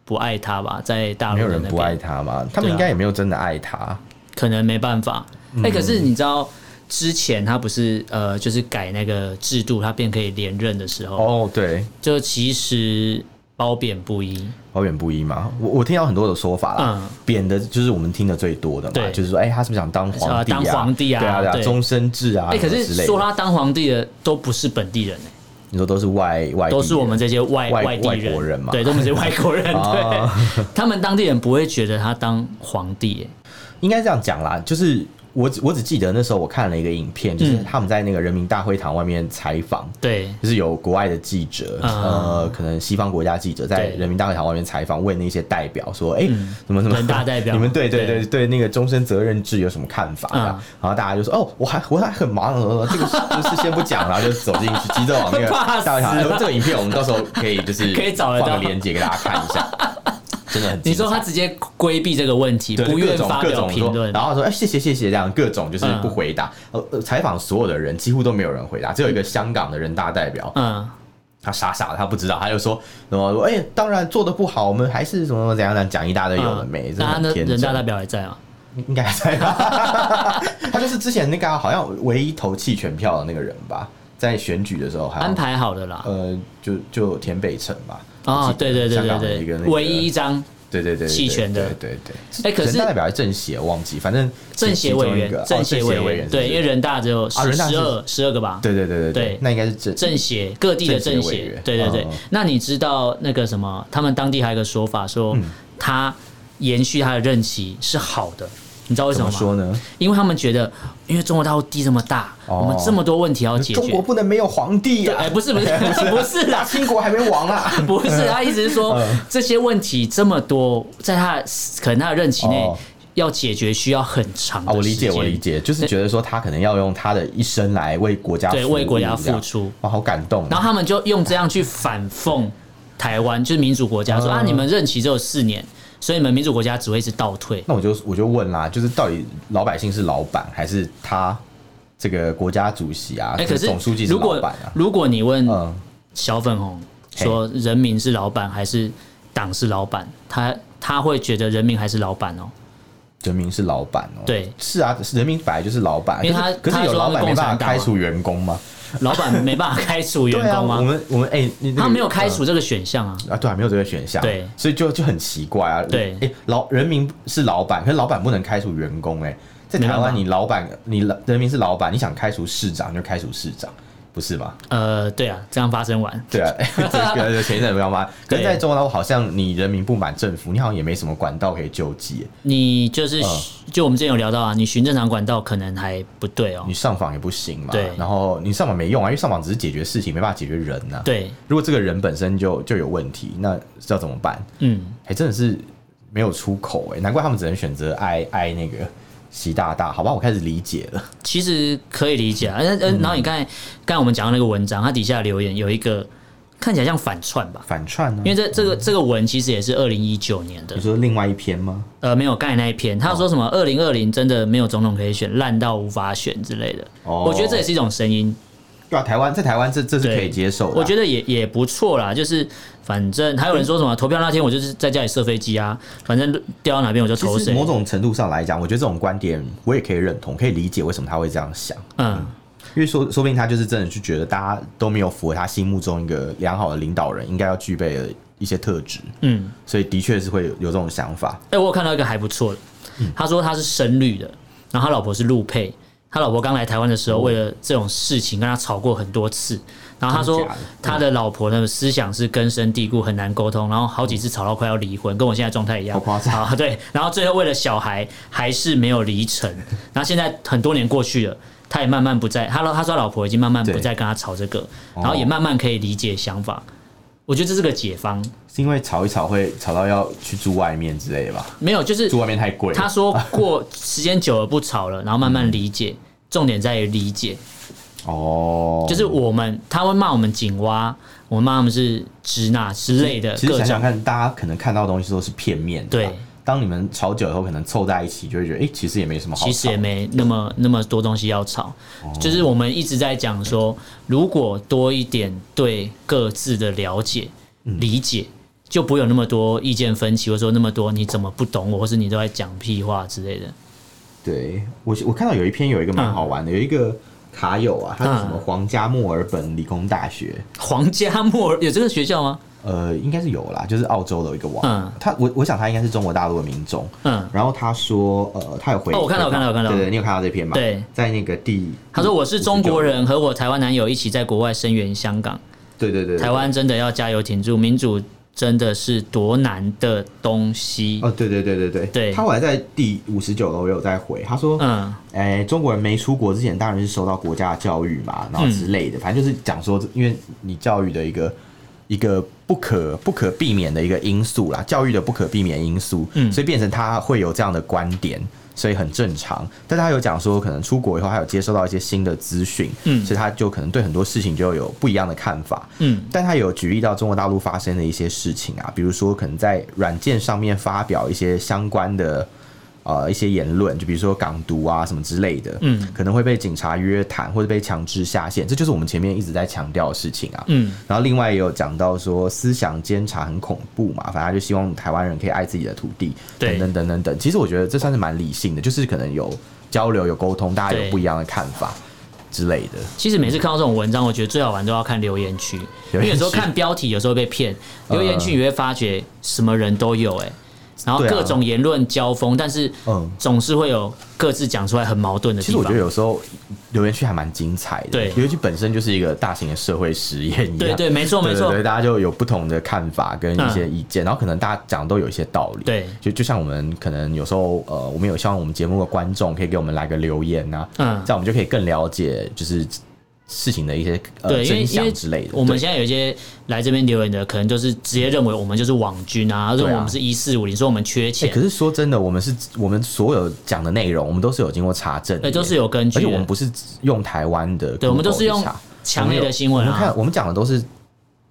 Speaker 1: 不爱他吧，在大
Speaker 2: 没
Speaker 1: 陆
Speaker 2: 有
Speaker 1: 的
Speaker 2: 人
Speaker 1: 那
Speaker 2: 不爱
Speaker 1: 边，啊
Speaker 2: 他嘛？他们应该也没有真的爱他。
Speaker 1: 可能没办法。
Speaker 2: 嗯
Speaker 1: 哎，可是你知道之前他不是呃，就是改那个制度，他便可以连任的时候，
Speaker 2: 哦，对，
Speaker 1: 就其实褒贬不一。
Speaker 2: 褒贬不一嘛。我我听到很多的说法啦
Speaker 1: 嗯，
Speaker 2: 贬的就是我们听的最多的嘛，
Speaker 1: 对
Speaker 2: 就是说，哎，他是不是想当皇帝
Speaker 1: 想要当皇帝啊
Speaker 2: 对啊，对啊，
Speaker 1: 对
Speaker 2: 终身制啊，
Speaker 1: 哎，可
Speaker 2: 什么之
Speaker 1: 是
Speaker 2: 类的
Speaker 1: 说他当皇帝的都不是本地人哎。
Speaker 2: 你说都是外外地
Speaker 1: 都是我们
Speaker 2: 人
Speaker 1: 这些外
Speaker 2: 外
Speaker 1: 地
Speaker 2: 外国人嘛
Speaker 1: 对，都是外国 人，
Speaker 2: 哦
Speaker 1: 对，他们当地人不会觉得他当皇帝，
Speaker 2: 应该这样讲啦，就是我只我只记得那时候我看了一个影片，就是
Speaker 1: 嗯
Speaker 2: 他们在那个人民大会堂外面采访。
Speaker 1: 对，
Speaker 2: 就是有国外的记者，
Speaker 1: 啊
Speaker 2: 呃，可能西方国家记者在
Speaker 1: 对嗯
Speaker 2: 人民大会堂外面采访，问那些代表说：“哎、什么什么
Speaker 1: 人大代表
Speaker 2: 你们对对
Speaker 1: 对
Speaker 2: 对对那个终身责任制有什么看法、
Speaker 1: 嗯
Speaker 2: 啊？”然后大家就说：“哦，我还我还很忙，什么什么这个是 这个事先不讲。”然后就走进去，急着往那个
Speaker 1: 怕死
Speaker 2: 大会堂。
Speaker 1: 了
Speaker 2: 这个影片我们到时候可以就是
Speaker 1: 可以找得
Speaker 2: 放个
Speaker 1: 到
Speaker 2: 链接给大家看一 下，真的很精
Speaker 1: 你说
Speaker 2: 彩
Speaker 1: 他直接规避这个问题，
Speaker 2: 对
Speaker 1: 不
Speaker 2: 各
Speaker 1: 愿
Speaker 2: 种
Speaker 1: 发
Speaker 2: 各
Speaker 1: 表
Speaker 2: 种说
Speaker 1: 评论
Speaker 2: 然，后说哎、谢谢谢谢这样各种就是
Speaker 1: 嗯
Speaker 2: 不回答。呃呃，采访所有的人几乎都没有人回答，只有一个香港的人大代表，
Speaker 1: 嗯，
Speaker 2: 他傻傻的他不知道，他就说什么哎、当然做的不好，我们还是什么怎样怎样讲一大堆有的哎没，真的
Speaker 1: 嗯那他
Speaker 2: 很
Speaker 1: 的
Speaker 2: 天
Speaker 1: 人大代
Speaker 2: 真。
Speaker 1: 表还在啊，
Speaker 2: 应该还在吧？ 他就是之前那个啊、好像唯一投弃权票的那个人吧，在选举的时候还
Speaker 1: 安排好的啦，
Speaker 2: 呃就就田北辰吧。我
Speaker 1: 啊，
Speaker 2: 记得
Speaker 1: 对对
Speaker 2: 香
Speaker 1: 对
Speaker 2: 港的
Speaker 1: 对
Speaker 2: 一个
Speaker 1: 对
Speaker 2: 那，个
Speaker 1: 唯一一张
Speaker 2: 对对对对
Speaker 1: 弃权的
Speaker 2: 对对对。
Speaker 1: 哎可是
Speaker 2: 人大代表还是政协，我忘记，反正
Speaker 1: 政
Speaker 2: 其
Speaker 1: 协
Speaker 2: 中
Speaker 1: 委
Speaker 2: 一个
Speaker 1: 员，
Speaker 2: 哦
Speaker 1: 政
Speaker 2: 政
Speaker 1: 协
Speaker 2: 委
Speaker 1: 委员，
Speaker 2: 是不是
Speaker 1: 对，因为人大只有
Speaker 2: 啊
Speaker 1: 十
Speaker 2: 人大是
Speaker 1: 十二十二个吧，
Speaker 2: 对对对对
Speaker 1: 对
Speaker 2: 那应该是政
Speaker 1: 政协各地的政
Speaker 2: 政协委
Speaker 1: 协
Speaker 2: 员，
Speaker 1: 对对对
Speaker 2: 嗯嗯。
Speaker 1: 那你知道那个什么，他们当地还有一个说法，说
Speaker 2: 嗯
Speaker 1: 他延续他的任期是好的，你知道为什
Speaker 2: 怎
Speaker 1: 么
Speaker 2: 么
Speaker 1: 吗？
Speaker 2: 说呢？
Speaker 1: 因为他们觉得，因为中国大陆地这么大，
Speaker 2: 哦
Speaker 1: 我们这么多问题要解
Speaker 2: 中国
Speaker 1: 决。
Speaker 2: 不能没有皇帝
Speaker 1: 对，
Speaker 2: 啊
Speaker 1: 哎，！不是不是不是啦，
Speaker 2: 清国还没亡啊！
Speaker 1: 不是，他意思是说
Speaker 2: 嗯
Speaker 1: 这些问题这么多，在他的可能他的任期内
Speaker 2: 哦。
Speaker 1: 要解决需要很长的
Speaker 2: 啊，
Speaker 1: 时间。
Speaker 2: 我理解，我理解，就是觉得说他可能要用他的一生来为国家
Speaker 1: 对
Speaker 2: 服务
Speaker 1: 为国家
Speaker 2: 这样
Speaker 1: 付出
Speaker 2: 哇，好感动哦。
Speaker 1: 然后他们就用这样去反讽台湾，就是民主国家，
Speaker 2: 嗯
Speaker 1: 说啊，你们任期只有四年，所以你们民主国家只会是倒退。
Speaker 2: 那我就我就问啦，就是到底老百姓是老板还是他这个国家主席啊？
Speaker 1: 哎、可是
Speaker 2: 总书记是
Speaker 1: 如
Speaker 2: 老
Speaker 1: 果
Speaker 2: 板啊？
Speaker 1: 如果你问
Speaker 2: 嗯，
Speaker 1: 小粉红说人民是老板还是党是老板，他他会觉得人民还是老板哦，
Speaker 2: 人民是老板哦、
Speaker 1: 对
Speaker 2: 是啊，人民本来就是老板，啊
Speaker 1: 因为
Speaker 2: 可是
Speaker 1: 他
Speaker 2: 可
Speaker 1: 他
Speaker 2: 是有
Speaker 1: 说
Speaker 2: 老
Speaker 1: 他
Speaker 2: 板
Speaker 1: 是
Speaker 2: 没
Speaker 1: 共
Speaker 2: 办法
Speaker 1: 产党啊
Speaker 2: 开除员工吗？
Speaker 1: 老板没办法开除员
Speaker 2: 对啊，
Speaker 1: 工
Speaker 2: 我
Speaker 1: 吗？
Speaker 2: 们我们哎、你那个
Speaker 1: 他没有开除这个选项啊。
Speaker 2: 啊，对啊，没有这个选项，
Speaker 1: 对
Speaker 2: 所以就就很奇怪啊。
Speaker 1: 对
Speaker 2: 哎、老人民是老板，可是老板不能开除员工、哎，在
Speaker 1: 没
Speaker 2: 台
Speaker 1: 办
Speaker 2: 湾
Speaker 1: 法
Speaker 2: 你老板，你老人民是老板，你想开除市长就开除市长，不是吧？
Speaker 1: 呃，对啊，这样发生完，
Speaker 2: 对啊，这个前一阵不要吗？可是
Speaker 1: 对
Speaker 2: 在中国大陆，好像你人民不满政府，你好像也没什么管道可以救济，
Speaker 1: 你就是、
Speaker 2: 嗯
Speaker 1: 就我们之前有聊到啊，你循正常管道可能还不对哦
Speaker 2: 你。上访也不行嘛。
Speaker 1: 对
Speaker 2: 然后你上访没用啊，因为上访只是解决事情，没办法解决人呐、，
Speaker 1: 对，
Speaker 2: 如果这个人本身就就有问题，那要怎么办？
Speaker 1: 嗯，
Speaker 2: 还哎真的是没有出口哎、难怪他们只能选择挨挨那个习大大。好吧，我开始理解了。
Speaker 1: 其实可以理解啊。
Speaker 2: 嗯
Speaker 1: 呃呃，然后你刚才刚才我们讲到那个文章，它底下留言有一个看起来像反串吧，
Speaker 2: 反串啊呢、
Speaker 1: 因为这这个这个文其实也是二零一九年的
Speaker 2: 你，说另外一篇吗？
Speaker 1: 呃，没有刚才那一篇，他说什
Speaker 2: 哦
Speaker 1: 么二零二零真的没有总统可以选，烂到无法选之类的。
Speaker 2: 哦
Speaker 1: 我觉得这也是一种声音，
Speaker 2: 对啊，台湾在台湾这这是
Speaker 1: 对
Speaker 2: 可以接受的啊、
Speaker 1: 我觉得也也不错啦。就是反正还有人说什么
Speaker 2: 嗯
Speaker 1: 投票那天我就是在家里射飞机啊，反正掉到哪边我就投
Speaker 2: 其实
Speaker 1: 谁
Speaker 2: 某。种程度上来讲，我觉得这种观点我也可以认同，可以理解为什么他会这样想。
Speaker 1: 嗯，
Speaker 2: 因为说说不定他就是真的是觉得大家都没有符合他心目中一个良好的领导人应该要具备的一些特质，
Speaker 1: 嗯，
Speaker 2: 所以的确是会有这种想法。
Speaker 1: 哎、我有看到一个还不错的，
Speaker 2: 嗯
Speaker 1: 他说他是深绿的，然后他老婆是陆配，他老婆刚来台湾的
Speaker 2: 哦
Speaker 1: 时候，为了这种事情跟他吵过很多次。然后他
Speaker 2: 真
Speaker 1: 说
Speaker 2: 的假嗯的，
Speaker 1: 他的老婆的思想是根深蒂固，很难沟通，然后好几次吵到快要离婚，跟我现在状态一样。
Speaker 2: 好夸张
Speaker 1: 好对，然后最后为了小孩还是没有离成，然后现在很多年过去了。他也慢慢不再，他说他说他老婆已经慢慢不
Speaker 2: 对哦
Speaker 1: 再跟他吵这个，然后也慢慢可以理解想法。我觉得这是个解方，
Speaker 2: 是因为吵一吵会吵到要去住外面之类的吧？
Speaker 1: 没有就是
Speaker 2: 住外面太贵了。
Speaker 1: 他说过，时间久了不吵了，然后慢慢理解。重点在于理解，
Speaker 2: 哦，
Speaker 1: 就是我们他会骂我们井蛙，我们骂他们是直那之类的
Speaker 2: 哦其实
Speaker 1: 各
Speaker 2: 想想
Speaker 1: 种。
Speaker 2: 看，大家可能看到的东西都是片面的。
Speaker 1: 对，
Speaker 2: 当你们吵久以后，可能凑在一起就会觉得，哎、其实也没什么好吵。哦
Speaker 1: 其实也没那么那么多东西要吵，就是我们一直在讲说，如果多一点对各自的了解、
Speaker 2: 嗯
Speaker 1: 理解，就不会有那么多意见分歧，或者说那么多你怎么不懂我，或是你都在讲屁话之类的。
Speaker 2: 对我我看到有一篇有一个蛮好玩的，有一个卡友啊，他是什么
Speaker 1: 嗯
Speaker 2: 皇家墨尔本理工大学。
Speaker 1: 皇家墨尔有这个学校吗？
Speaker 2: 呃，应该是有啦，就是澳洲的一个网，
Speaker 1: 嗯
Speaker 2: 他我我想他应该是中国大陆的民众，
Speaker 1: 嗯，
Speaker 2: 然后他说，呃，他有回，
Speaker 1: 哦我看到我看到我看到
Speaker 2: 对对，你有看到这篇吗？
Speaker 1: 对，
Speaker 2: 在那个第，
Speaker 1: 他说我是中国
Speaker 2: 59，
Speaker 1: 人，和我台湾男友一起在国外声援香港。
Speaker 2: 对对对，对
Speaker 1: 台湾，真的要加油挺住，民主真的是多难的东西。
Speaker 2: 哦，对对对对对，
Speaker 1: 对
Speaker 2: 他后来在第五十九楼有在回，他说，
Speaker 1: 嗯，
Speaker 2: 哎、中国人没出国之前，当然是受到国家的教育嘛，
Speaker 1: 嗯
Speaker 2: 然后之类的，反正就是讲说，因为你教育的一个一个不可不可避免的一个因素啦，教育的不可避免因素，
Speaker 1: 嗯
Speaker 2: 所以变成他会有这样的观点。所以很正常，但他有讲说，可能出国以后，他有接收到一些新的资讯，
Speaker 1: 嗯
Speaker 2: 所以他就可能对很多事情就有不一样的看法，
Speaker 1: 嗯
Speaker 2: 但他有举例到中国大陆发生的一些事情啊，比如说可能在软件上面发表一些相关的呃一些言论，就比如说港独啊什么之类的，
Speaker 1: 嗯
Speaker 2: 可能会被警察约谈或者被强制下线，这就是我们前面一直在强调的事情啊。
Speaker 1: 嗯
Speaker 2: 然后另外也有讲到说思想监察很恐怖嘛，反正他就希望台湾人可以爱自己的土地，
Speaker 1: 对
Speaker 2: 等等等等等。其实我觉得这算是蛮理性的，就是可能有交流、有沟通，大家
Speaker 1: 对
Speaker 2: 有不一样的看法之类的。
Speaker 1: 其实每次看到这种文章，我觉得最好玩都要看留言区，因
Speaker 2: 留言区
Speaker 1: 为有时候看标题，有时候会被骗。留言区你会发觉什么人都有、哎，然后
Speaker 2: 对啊
Speaker 1: 各种言论交锋，但是
Speaker 2: 嗯
Speaker 1: 总是会有各自讲出来很矛盾的
Speaker 2: 其
Speaker 1: 地
Speaker 2: 实我觉
Speaker 1: 方
Speaker 2: 得。有时候留言区还蛮精彩的，
Speaker 1: 对
Speaker 2: 留言区本身就是一个大型的社会实验一样，
Speaker 1: 对对，没错没错嗯
Speaker 2: 对，对，大家就有不同的看法跟一些意见，然后可能大家讲的都有一些道理。
Speaker 1: 对
Speaker 2: 就就像我们可能有时候呃，我们有希望我们节目的观众可以给我们来个留言呐、
Speaker 1: 嗯
Speaker 2: 这样我们就可以更了解就是事情的一些呃
Speaker 1: 对，因为
Speaker 2: 真
Speaker 1: 因
Speaker 2: 相
Speaker 1: 为
Speaker 2: 之类的。
Speaker 1: 我们
Speaker 2: 对
Speaker 1: 现在有一些来这边留言的，可能就是直接认为我们就是网军啊，认为我们是一四五零，说我们缺
Speaker 2: 哎
Speaker 1: 钱，
Speaker 2: 可是说真的，我们是我们所有讲的内容，我们都是有经过查证的
Speaker 1: 对，
Speaker 2: 耶，
Speaker 1: 都是有根据
Speaker 2: 而且
Speaker 1: 的。
Speaker 2: 我们不是用台湾的 Google 去查，
Speaker 1: 对我们都是用强烈的新闻
Speaker 2: 我们
Speaker 1: 啊，
Speaker 2: 看我们讲的都是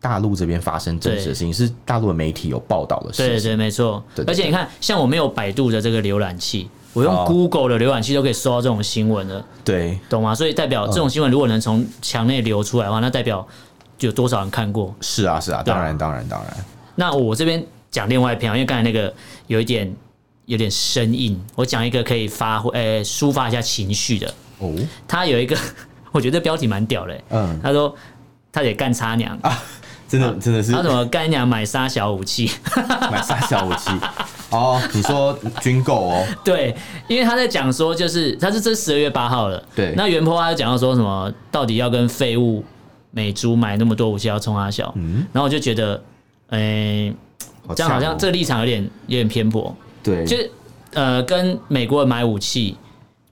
Speaker 2: 大陆这边发生真实的事情，是大陆的媒体有报道的事
Speaker 1: 对
Speaker 2: 情。
Speaker 1: 对对，没错
Speaker 2: 对。对
Speaker 1: 而且你看，像我没有百度的这个浏览器，我用
Speaker 2: 哦
Speaker 1: Google 的浏览器都可以搜到这种新闻了，
Speaker 2: 对
Speaker 1: 懂吗？所以代表这
Speaker 2: 哦
Speaker 1: 种新闻如果能从墙内流出来的话，那代表有多少人看过？
Speaker 2: 是啊，是啊，
Speaker 1: 对啊
Speaker 2: 当然，当然，当然，
Speaker 1: 那我这边讲另外一篇啊，因为刚才那个有一点有点生硬，我讲一个可以发挥、呃抒发一下情绪的。
Speaker 2: 哦，
Speaker 1: 他有一个， 我觉得标题蛮屌的、欸
Speaker 2: 嗯，
Speaker 1: 他说他得干擦娘，
Speaker 2: 真的，真的啊是
Speaker 1: 他怎么干娘买杀小武器？
Speaker 2: 买杀小武器哦。你说军购哦，
Speaker 1: 对，因为他在讲说，就是他是这十二月八号了。
Speaker 2: 对
Speaker 1: 那袁坡他就讲到说什么，到底要跟废物美猪买那么多武器要冲他笑，
Speaker 2: 嗯
Speaker 1: 然后我就觉得，哎、这样好
Speaker 2: 呛
Speaker 1: 像
Speaker 2: 哦
Speaker 1: 这个立场有点有点偏颇，
Speaker 2: 对，
Speaker 1: 就是呃，跟美国人买武器，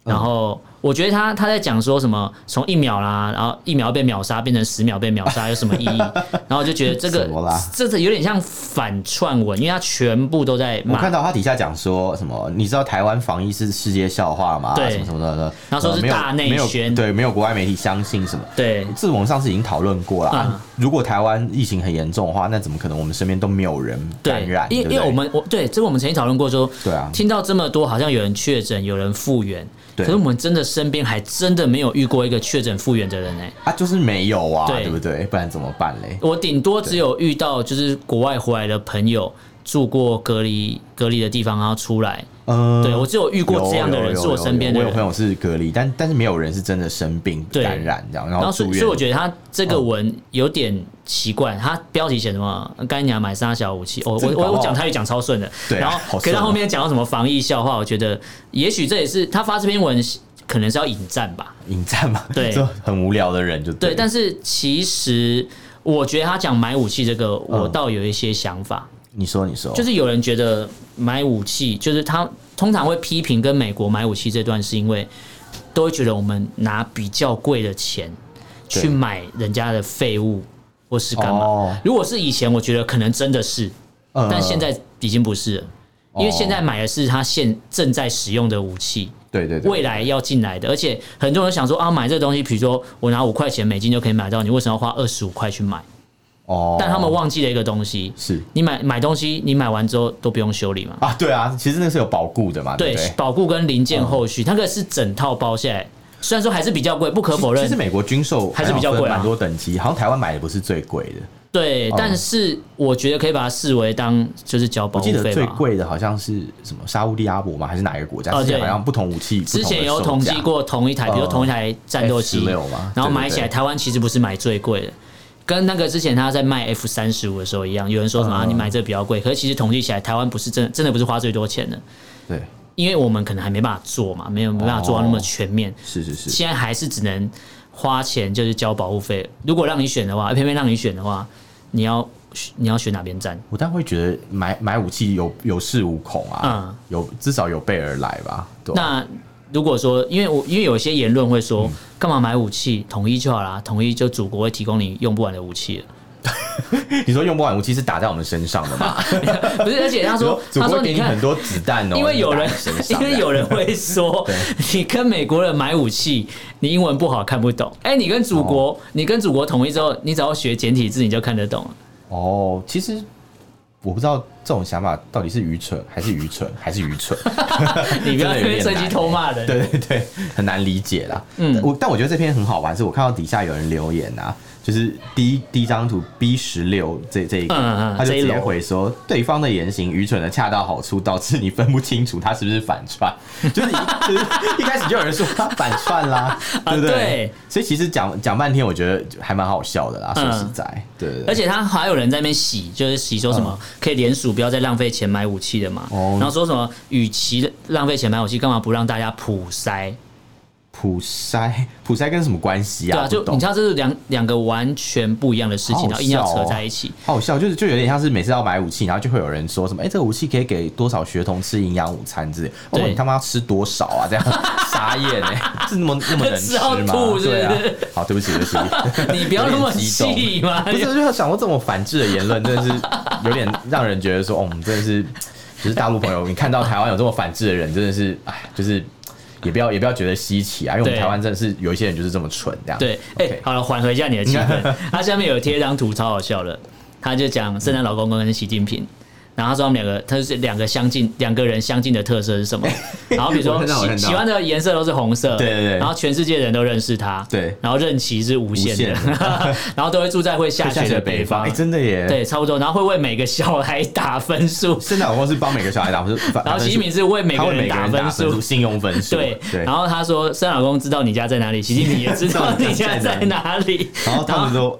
Speaker 2: 嗯
Speaker 1: 然后。我觉得他他在讲说什么从一秒啦，然后一秒被秒杀变成十秒被秒杀有什么意义？ 然后我就觉得这个
Speaker 2: 什么啦
Speaker 1: 这这有点像反串文，因为他全部都在
Speaker 2: 我
Speaker 1: 骂
Speaker 2: 看，到他底下讲说什么？你知道台湾防疫是世界笑话吗？
Speaker 1: 对
Speaker 2: 什么什么的的，
Speaker 1: 然后说是
Speaker 2: 呃没有
Speaker 1: 大内
Speaker 2: 没有
Speaker 1: 宣
Speaker 2: 对，没有国外媒体相信什么。
Speaker 1: 对，
Speaker 2: 这我们上次已经讨论过了、
Speaker 1: 嗯
Speaker 2: 如果台湾疫情很严重的话，那怎么可能我们身边都没有人感染？
Speaker 1: 因
Speaker 2: 对不
Speaker 1: 因为
Speaker 2: 对
Speaker 1: 我们我对这个我们曾经讨论过说，
Speaker 2: 对啊
Speaker 1: 听到这么多好像有人确诊，有人复原，可
Speaker 2: 对
Speaker 1: 是我们真的身边还真的没有遇过一个确诊复原的人哎、
Speaker 2: 啊，就是没有啊，
Speaker 1: 对
Speaker 2: 对不对？不然怎么办嘞？
Speaker 1: 我顶多只有遇到就是国外回来的朋友住过隔离隔离的地方，然后出来，
Speaker 2: 嗯，
Speaker 1: 对我只有遇过
Speaker 2: 有
Speaker 1: 这样的人
Speaker 2: 有有
Speaker 1: 是我身边的
Speaker 2: 有
Speaker 1: 人
Speaker 2: 有我有朋友是隔离，但但是没有人是真的生病
Speaker 1: 对
Speaker 2: 感染这样，然
Speaker 1: 然
Speaker 2: 后
Speaker 1: 后所
Speaker 2: 住
Speaker 1: 以
Speaker 2: 院。
Speaker 1: 所以我觉得他这个文有点奇怪，他标题写什么“干娘买杀小武器”，哦、
Speaker 2: 这
Speaker 1: 我
Speaker 2: 个搞
Speaker 1: 我
Speaker 2: 不
Speaker 1: 我
Speaker 2: 好
Speaker 1: 讲台语讲超顺的，
Speaker 2: 对啊
Speaker 1: 然
Speaker 2: 好
Speaker 1: 后可
Speaker 2: 顺
Speaker 1: 是
Speaker 2: 哦
Speaker 1: 他后面讲到什么防疫笑话，我觉得也许这也是他发这篇文可能是要引战吧，
Speaker 2: 引战嘛，
Speaker 1: 对
Speaker 2: 就很无聊的人就
Speaker 1: 对，
Speaker 2: 对了。
Speaker 1: 但是其实我觉得他讲买武器这个，我
Speaker 2: 嗯
Speaker 1: 倒有一些想法，
Speaker 2: 你说你说，
Speaker 1: 就是有人觉得买武器，就是他通常会批评跟美国买武器这段，是因为都会觉得我们拿比较贵的钱去
Speaker 2: 对
Speaker 1: 买人家的废物或是干嘛。
Speaker 2: 哦
Speaker 1: 如果是以前，我觉得可能真的是，
Speaker 2: 嗯
Speaker 1: 但现在已经不是了。因为
Speaker 2: 哦
Speaker 1: 现在买的是他现正在使用的武器，
Speaker 2: 对对对，
Speaker 1: 未来要进来的，而且很多人想说啊，买这个东西，比如说我拿五块钱美金就可以买到，你为什么要花二十五块去买？
Speaker 2: 哦，
Speaker 1: 但他们忘记了一个东西，
Speaker 2: 是
Speaker 1: 你买买东西，你买完之后都不用修理嘛？
Speaker 2: 啊，对啊，其实那是有保固的嘛，对
Speaker 1: 对
Speaker 2: 不对，？嗯
Speaker 1: 保固跟零件后续，那个是整套包下来，虽然说还是比较贵，不可否
Speaker 2: 其实
Speaker 1: 认，
Speaker 2: 美国军售
Speaker 1: 还是比较
Speaker 2: 好像
Speaker 1: 贵啊
Speaker 2: 分蛮多等级，好像台湾买的不是最贵的，
Speaker 1: 对，
Speaker 2: 嗯
Speaker 1: 但是我觉得可以把它视为当就是交保
Speaker 2: 我
Speaker 1: 护
Speaker 2: 记得
Speaker 1: 费
Speaker 2: 最
Speaker 1: 吧。
Speaker 2: 贵的好像是什么沙乌地阿伯嘛，还是哪一个国家？
Speaker 1: 哦
Speaker 2: 之前
Speaker 1: 对
Speaker 2: 好像不同武器，
Speaker 1: 之前有统计过同一台，比如说
Speaker 2: 嗯
Speaker 1: 同一台战斗机，
Speaker 2: F16 嘛
Speaker 1: 然后
Speaker 2: 对对
Speaker 1: 买起来，
Speaker 2: 对
Speaker 1: 台湾其实不是买最贵的，跟那个之前他在卖 F 三十五的时候一样，有人说什么、啊
Speaker 2: 嗯
Speaker 1: 你买这个比较贵，可是其实统计起来，台湾不是真真的不是花最多钱的，
Speaker 2: 对，
Speaker 1: 因为我们可能还没办法做嘛，没有没办法做到那么全面，
Speaker 2: 是是是，
Speaker 1: 现在还是只能花钱就是交保护费。如果让你选的话，呃偏偏让你选的话，你要你要选哪边站？
Speaker 2: 我但会觉得买买武器有有恃无恐啊
Speaker 1: 嗯，
Speaker 2: 有至少有备而来吧。对吧，
Speaker 1: 那如果说，因为我因为有一些言论会说，
Speaker 2: 嗯
Speaker 1: 干嘛买武器？统一就好啦，统一就祖国会提供你用不完的武器了。
Speaker 2: 你说用不完武器是打在我们身上 的嘛？
Speaker 1: 不是，而且他
Speaker 2: 他
Speaker 1: 说，
Speaker 2: 祖
Speaker 1: 他
Speaker 2: 国
Speaker 1: 说
Speaker 2: 给
Speaker 1: 你
Speaker 2: 你
Speaker 1: 看
Speaker 2: 很，多子弹哦，
Speaker 1: 因为有人
Speaker 2: 你打 在
Speaker 1: 因
Speaker 2: 身，上
Speaker 1: 为有人会 说，你跟美国人买武器，你英文不好看不懂。哎，你跟祖
Speaker 2: 哦
Speaker 1: 国，你跟祖国统一之后，你只要学简体字，你就看得懂了。
Speaker 2: 哦，其实。我不知道这种想法到底是愚蠢还是愚蠢还是愚蠢，
Speaker 1: 你不要
Speaker 2: 真的有
Speaker 1: 因为
Speaker 2: 点
Speaker 1: 趁机
Speaker 2: 难
Speaker 1: 偷骂人。
Speaker 2: 对对 对，很难理解啦。嗯，我但我觉得这篇很好玩，是我看到底下有人留言啊，就是第一第一张图 B 十六这这一个，
Speaker 1: 嗯嗯
Speaker 2: 他就
Speaker 1: 这一
Speaker 2: 直接
Speaker 1: 楼
Speaker 2: 回说对方的言行愚蠢的恰到好处，导致你分不清楚他是不是反串，就是一 就是一开始就有人说他反串啦，对不对？
Speaker 1: 啊对
Speaker 2: 所以其实讲讲半天，我觉得还蛮好笑的啦，说实在，对对对，
Speaker 1: 嗯
Speaker 2: 嗯
Speaker 1: 而且他还有人在那边洗，就是洗说什么、可以联署，不要再浪费钱买武器的嘛。
Speaker 2: 哦
Speaker 1: 然后说什么，与其浪费钱买武器，干嘛不让大家普筛？
Speaker 2: 普筛，普筛跟什么关系
Speaker 1: 对
Speaker 2: 啊？
Speaker 1: 啊，就
Speaker 2: 不懂
Speaker 1: 你知道这是两两个完全不一样的事情，
Speaker 2: 好
Speaker 1: 然后硬要
Speaker 2: 笑
Speaker 1: 扯
Speaker 2: 哦
Speaker 1: 在一 起。
Speaker 2: 好笑，就是就有点像是每次要买武器，然后就会有人说什么：“哎、这个武器可以给多少学童吃营养午餐之类。”我说：“
Speaker 1: 对
Speaker 2: 你他妈要吃多少啊？” 这样傻眼哎、这那么那么能吃吗？
Speaker 1: 吃到吐是不是
Speaker 2: 对啊，好，对不起，对 不起，
Speaker 1: 你不要那么细嘛，
Speaker 2: 不是就想过这种反制的言论，真的是有点让人觉得说，哦，我们真的是，就是大陆朋友，你看到台湾有这么反制的人，真的是，哎，就是也不要也不要觉得稀奇啊，因为我们
Speaker 1: 对
Speaker 2: 台湾真的是有一些人就是这么蠢这样。
Speaker 1: 对，哎、
Speaker 2: OK
Speaker 1: 好了，缓和一下你的气 氛。他下面有贴一张图，超好笑的，他就讲圣诞老公公跟习近平。然后他说他们两个，他是两个相近，两个人相近的特色是什 么？然后比如
Speaker 2: 我
Speaker 1: 说
Speaker 2: 看到我看
Speaker 1: 喜
Speaker 2: 到
Speaker 1: 喜欢的颜色都是红色，
Speaker 2: 对对对
Speaker 1: 然后全世界人都认识他，
Speaker 2: 对
Speaker 1: 然后任期是无限的，
Speaker 2: 无限
Speaker 1: 然后都会住在会下雪
Speaker 2: 下雪
Speaker 1: 的
Speaker 2: 的
Speaker 1: 北
Speaker 2: 北
Speaker 1: 方
Speaker 2: 方，哎、，真的耶，，
Speaker 1: 对，差不多，然后会为每个小孩打分数，
Speaker 2: 圣诞老公是帮每个小 孩打，不是，
Speaker 1: 然后习近平是为每
Speaker 2: 他
Speaker 1: 个
Speaker 2: 为每
Speaker 1: 人
Speaker 2: 个人
Speaker 1: 分
Speaker 2: 打分
Speaker 1: 数
Speaker 2: 数，，信用分数，
Speaker 1: 对，
Speaker 2: 对，
Speaker 1: 然后他说：“生老公知道你家在哪里，习近平也知道你家在哪里。
Speaker 2: 然后他们都，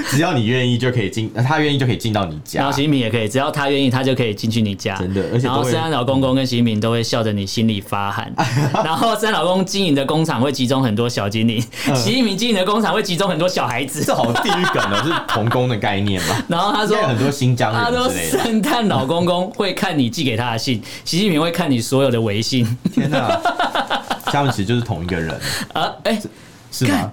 Speaker 2: 只要你愿意就可以进，他愿意就可以进到你”
Speaker 1: 然
Speaker 2: 家
Speaker 1: 后。习近平也可以，只要他愿意，他就可以进去你家。
Speaker 2: 真的而且
Speaker 1: 然后
Speaker 2: 都会
Speaker 1: 生老公公跟习近平都会笑得你心里发 寒。然后生老公经营的工厂会集中很多小精灵，
Speaker 2: 嗯
Speaker 1: 习近平经营的工厂会集中很多小孩子
Speaker 2: 这。好地狱梗哦，是童工的概念吧？
Speaker 1: 然后他
Speaker 2: 他
Speaker 1: 说，啊
Speaker 2: 很多新疆
Speaker 1: 他
Speaker 2: 人
Speaker 1: 说
Speaker 2: 之类的，
Speaker 1: 圣诞老公公会看你寄给他的信，习近平会看你所有的微信。
Speaker 2: 天哪！他们其实就是同一个人，
Speaker 1: 啊，哎，
Speaker 2: 是吗
Speaker 1: 干？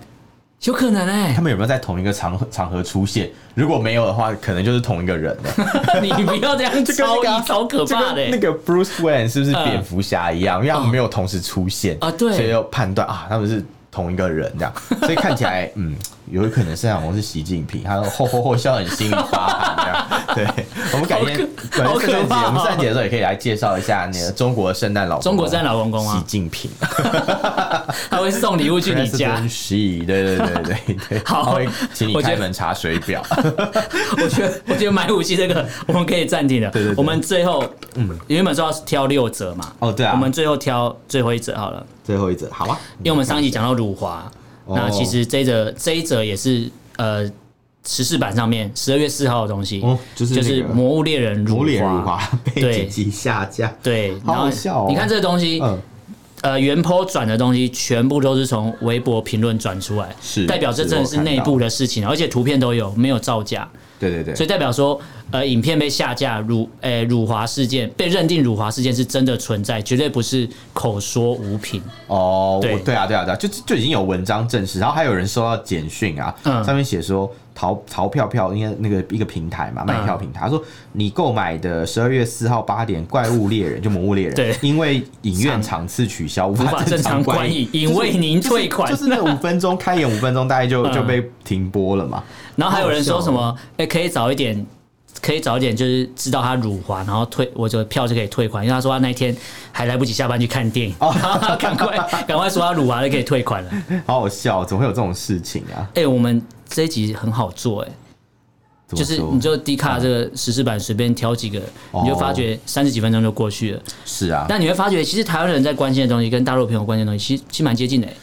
Speaker 1: 有可能哎、
Speaker 2: 他们有没有在同一个场合场合出现？如果没有的话，可能就是同一个人了。
Speaker 1: 你不要这样
Speaker 2: 跟
Speaker 1: 超
Speaker 2: 那个啊
Speaker 1: 一超可
Speaker 2: 就
Speaker 1: 怕的、
Speaker 2: 跟
Speaker 1: 欸
Speaker 2: 那。个 Bruce Wayne 是不是
Speaker 1: 嗯哦
Speaker 2: 蝙蝠侠一样？因为他们没有同时出现
Speaker 1: 啊对
Speaker 2: 所以要判断啊，他们是同一个人 这样，所以看起来嗯，有可能盛小红是习近平，他吼吼吼笑得你心里发寒 这样。对，我们改天改
Speaker 1: 好
Speaker 2: 天
Speaker 1: 可好可
Speaker 2: 圣诞节，
Speaker 1: 怕哦
Speaker 2: 我们圣诞节的时候也可以来介绍一下那个中国的圣诞老公公
Speaker 1: 中国圣诞老公公啊
Speaker 2: 习近 平
Speaker 1: 他会送礼物去 你家
Speaker 2: President。Xi，对对对对对，
Speaker 1: 好
Speaker 2: 他会请你
Speaker 1: 我觉得
Speaker 2: 开门查水表。
Speaker 1: 我觉得，我觉得买武器这个我们可以暂停了。
Speaker 2: 对对对
Speaker 1: 我们最后，嗯，原本说要挑六折嘛，
Speaker 2: 哦对啊
Speaker 1: 我们最后挑最后一折好了，
Speaker 2: 最后一则，好啊，
Speaker 1: 因为我们上一集讲到辱华，
Speaker 2: 哦
Speaker 1: 那其实这一折这一折也是呃时事版上面十二月四号的东西，
Speaker 2: 哦就是那个
Speaker 1: 《魔物猎人》
Speaker 2: 无脸
Speaker 1: 辱
Speaker 2: 如
Speaker 1: 华，
Speaker 2: 花被紧急下架，
Speaker 1: 对，
Speaker 2: 好
Speaker 1: 然后
Speaker 2: 好笑哦
Speaker 1: 你看这个东西，
Speaker 2: 嗯。
Speaker 1: 呃，原 po 转的东西全部都是从微博评论转出来，
Speaker 2: 是
Speaker 1: 代表这
Speaker 2: 是
Speaker 1: 真的
Speaker 2: 我
Speaker 1: 是
Speaker 2: 看到
Speaker 1: 内部的事情，而且图片都有，没有造假。
Speaker 2: 对对对，
Speaker 1: 所以代表说，呃，影片被下架，辱呃辱华事件被认定辱华事件是真的存在，绝对不是口说无凭。
Speaker 2: 哦，
Speaker 1: 对
Speaker 2: 我对啊，对啊，对啊，就就已经有文章证实，然后还有人收到简讯啊，
Speaker 1: 嗯
Speaker 2: 上面写说淘淘票票，应该那个一个平台嘛，
Speaker 1: 嗯
Speaker 2: 卖票平台，他说你购买的十二月四号八点《怪物猎人》就《魔物猎人
Speaker 1: 对》，
Speaker 2: 因为影院场次取消，无
Speaker 1: 无
Speaker 2: 法
Speaker 1: 法正常观
Speaker 2: 观
Speaker 1: 影，因为您退款
Speaker 2: 就。是那五分钟开演五分钟，大概就
Speaker 1: 嗯
Speaker 2: 就被停播了嘛。
Speaker 1: 然后还有人说
Speaker 2: 好笑哦
Speaker 1: 什么，哎，可以早一点。可以早一点，就是知道他辱华，然后退我的票就可以退款，因为他说他那一天还来不及下班去看电影，
Speaker 2: 哦
Speaker 1: 赶快赶快说他辱华就可以退款了。
Speaker 2: 好好笑，怎么会有这种事情啊？
Speaker 1: 哎、我们这一集很好做、哎，
Speaker 2: 怎
Speaker 1: 就
Speaker 2: 么
Speaker 1: 是
Speaker 2: 说
Speaker 1: 你就 D 卡这个实施版随便挑几个，你就
Speaker 2: 哦
Speaker 1: 发觉三十几分钟就过去了。
Speaker 2: 是啊，
Speaker 1: 但你会发觉，其实台湾人在关心的东西跟大陆朋友关心的东西，其实其实蛮接近的欸。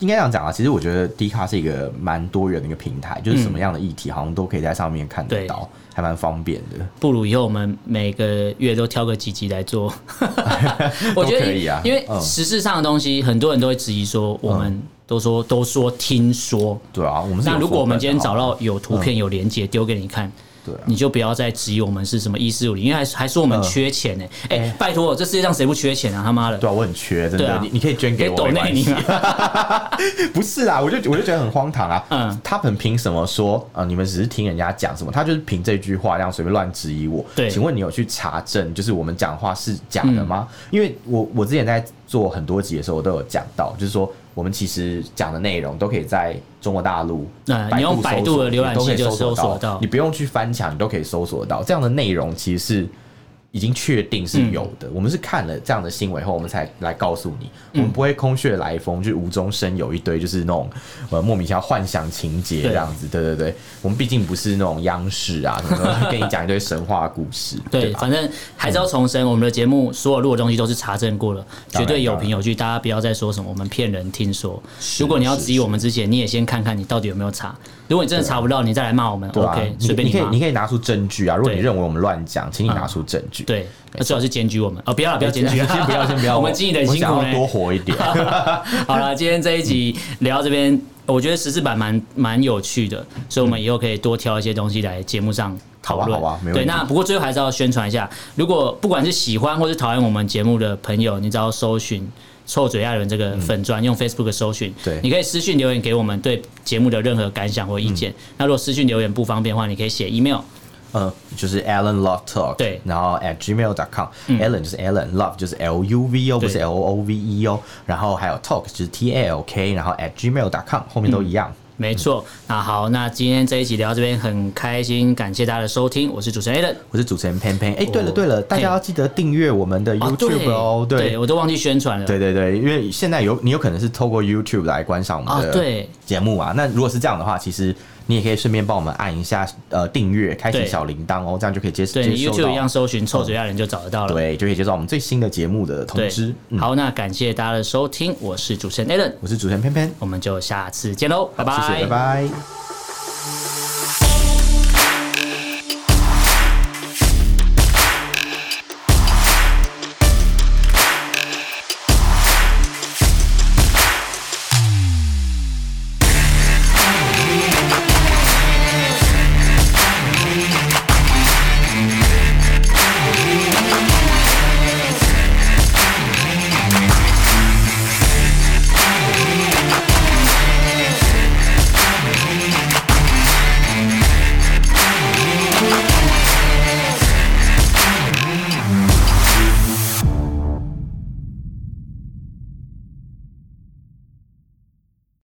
Speaker 2: 应该这样讲啊，其实我觉得 D 卡是一个蛮多元的一个平台，
Speaker 1: 嗯
Speaker 2: 就是什么样的议题好像都可以在上面看得到，还蛮方便的。
Speaker 1: 不如以后我们每个月都挑个几集来做， 我觉
Speaker 2: 都可
Speaker 1: 得
Speaker 2: 以啊
Speaker 1: 因为
Speaker 2: 嗯
Speaker 1: 时事上的东西，很多人都会质疑说，我们都说都说听说。
Speaker 2: 对啊，我们是有
Speaker 1: 那如果我们
Speaker 2: 副
Speaker 1: 今天
Speaker 2: 本的
Speaker 1: 找
Speaker 2: 好
Speaker 1: 到有图片、有连接丢给你看，
Speaker 2: 对啊嗯
Speaker 1: 你就不要再质疑我们是什么一四五零，因为还还说我们缺钱呢、哎、拜托，这世界上谁不缺钱啊？他妈的！
Speaker 2: 对啊，我很缺，真
Speaker 1: 对
Speaker 2: 的，
Speaker 1: 啊
Speaker 2: 你你可以捐
Speaker 1: 给
Speaker 2: 给我，
Speaker 1: 抖
Speaker 2: 没
Speaker 1: 内
Speaker 2: 关
Speaker 1: 你啊
Speaker 2: 系。啊
Speaker 1: 嘛，
Speaker 2: 不是啦，我就我就觉得很荒唐啊。
Speaker 1: 嗯
Speaker 2: 他们凭什么说啊、呃你们只是听人家讲什么？他就是凭这句话这样随便乱质疑我。
Speaker 1: 对
Speaker 2: 请问你有去查证，就是我们讲话是假的吗？
Speaker 1: 嗯
Speaker 2: 因为我我之前在做很多集的时候，我都有讲到，就是说我们其实讲的内容都可以在中国大陆，
Speaker 1: 嗯你用百度的浏览器
Speaker 2: 都可以
Speaker 1: 就
Speaker 2: 搜
Speaker 1: 搜索到
Speaker 2: 到，你不用去翻墙，你都可以搜索到这样的内容，其实是。已经确定是有
Speaker 1: 嗯
Speaker 2: 的。我们是看了这样的新闻后，我们才来告诉你，我
Speaker 1: 嗯
Speaker 2: 们不会空穴来风，就无中生有一堆就是那种呃莫名其妙幻想情节这样子。对对对，我们毕竟不是那种央视啊，什么的跟你讲一堆神话故事，
Speaker 1: 对，
Speaker 2: 对啊吧？
Speaker 1: 反正还是要重申，我们的节目所有录的东西都是查证过了，
Speaker 2: 当
Speaker 1: 绝
Speaker 2: 然
Speaker 1: 对有凭有据，大家不要再说什么我们骗人听说。
Speaker 2: 是
Speaker 1: 如果你要
Speaker 2: 是
Speaker 1: 质疑我们之前，你也先看看你到底有没有查，如果你真的查不到，你再来骂我们
Speaker 2: 对吧啊
Speaker 1: ，OK，
Speaker 2: 你
Speaker 1: 随便
Speaker 2: 你可以
Speaker 1: 骂
Speaker 2: 你。可以拿出证据啊！如果你
Speaker 1: 对
Speaker 2: 认为我们乱讲，请你拿出证据。举。
Speaker 1: 对，那最好是检举我们哦，不要了，不要检举，
Speaker 2: 先不要，先不要。
Speaker 1: 我们经营的
Speaker 2: 我
Speaker 1: 辛
Speaker 2: 想
Speaker 1: 苦欸
Speaker 2: 要多
Speaker 1: 呢。
Speaker 2: 活一点。
Speaker 1: 好了，今天这一集聊到这边，我觉得十四版蛮蛮有趣的，所以我们以后可以多挑一些东西来节目上。讨论
Speaker 2: 好啊好啊没问
Speaker 1: 对，
Speaker 2: 题
Speaker 1: 那不过最后还是要宣传一下，如果不管是喜欢或是讨厌我们节目的朋友，你只要搜寻“臭嘴亚伦”这个粉砖，用 Facebook 搜寻，
Speaker 2: 嗯对
Speaker 1: 你可以私讯留言给我们对节目的任何感想或意见。那如果私讯留言不方便的话，你可以写 email，
Speaker 2: 嗯，就是 Alan Love Talk，
Speaker 1: 对嗯
Speaker 2: 然后 at gmail dot com、Alan 就是 Alan，Love 就是 L U V 哦，不是
Speaker 1: 对
Speaker 2: L O V E 哦，然后还有 Talk 就是 T A L K，然后 at gmail dot com 后
Speaker 1: 嗯
Speaker 2: 面都一样。
Speaker 1: 没错，那好，那今天这一集聊到这边很开心，感谢大家的收听，我是主持人 Alan。
Speaker 2: 我是主持人潘潘，哎，对了
Speaker 1: 哦
Speaker 2: 对了，大
Speaker 1: 嘿啊
Speaker 2: 家要记得订阅我们的 YouTube 哦，
Speaker 1: 对，
Speaker 2: 对
Speaker 1: 我都忘记宣传了。
Speaker 2: 对对对，因为现在有你有可能是透过 YouTube 来观赏我们
Speaker 1: 啊
Speaker 2: 的
Speaker 1: 对
Speaker 2: 节目啊，那如果是这样的话，其实你也可以顺便帮我们按一下呃订阅，开启
Speaker 1: 对
Speaker 2: 小铃铛哦，这样就可以接
Speaker 1: 对
Speaker 2: 接
Speaker 1: 你
Speaker 2: 收
Speaker 1: YouTube 一样
Speaker 2: 到，
Speaker 1: 搜寻“臭嘴亚人”就找得到了。
Speaker 2: 对，就可以接收到我们最新的节目的通
Speaker 1: 对
Speaker 2: 知。嗯
Speaker 1: 好，那感谢大家的收听，我是主持人 Alan，
Speaker 2: 我是主持人潘潘。
Speaker 1: 我们就下次见喽，拜拜，
Speaker 2: 谢谢，拜拜。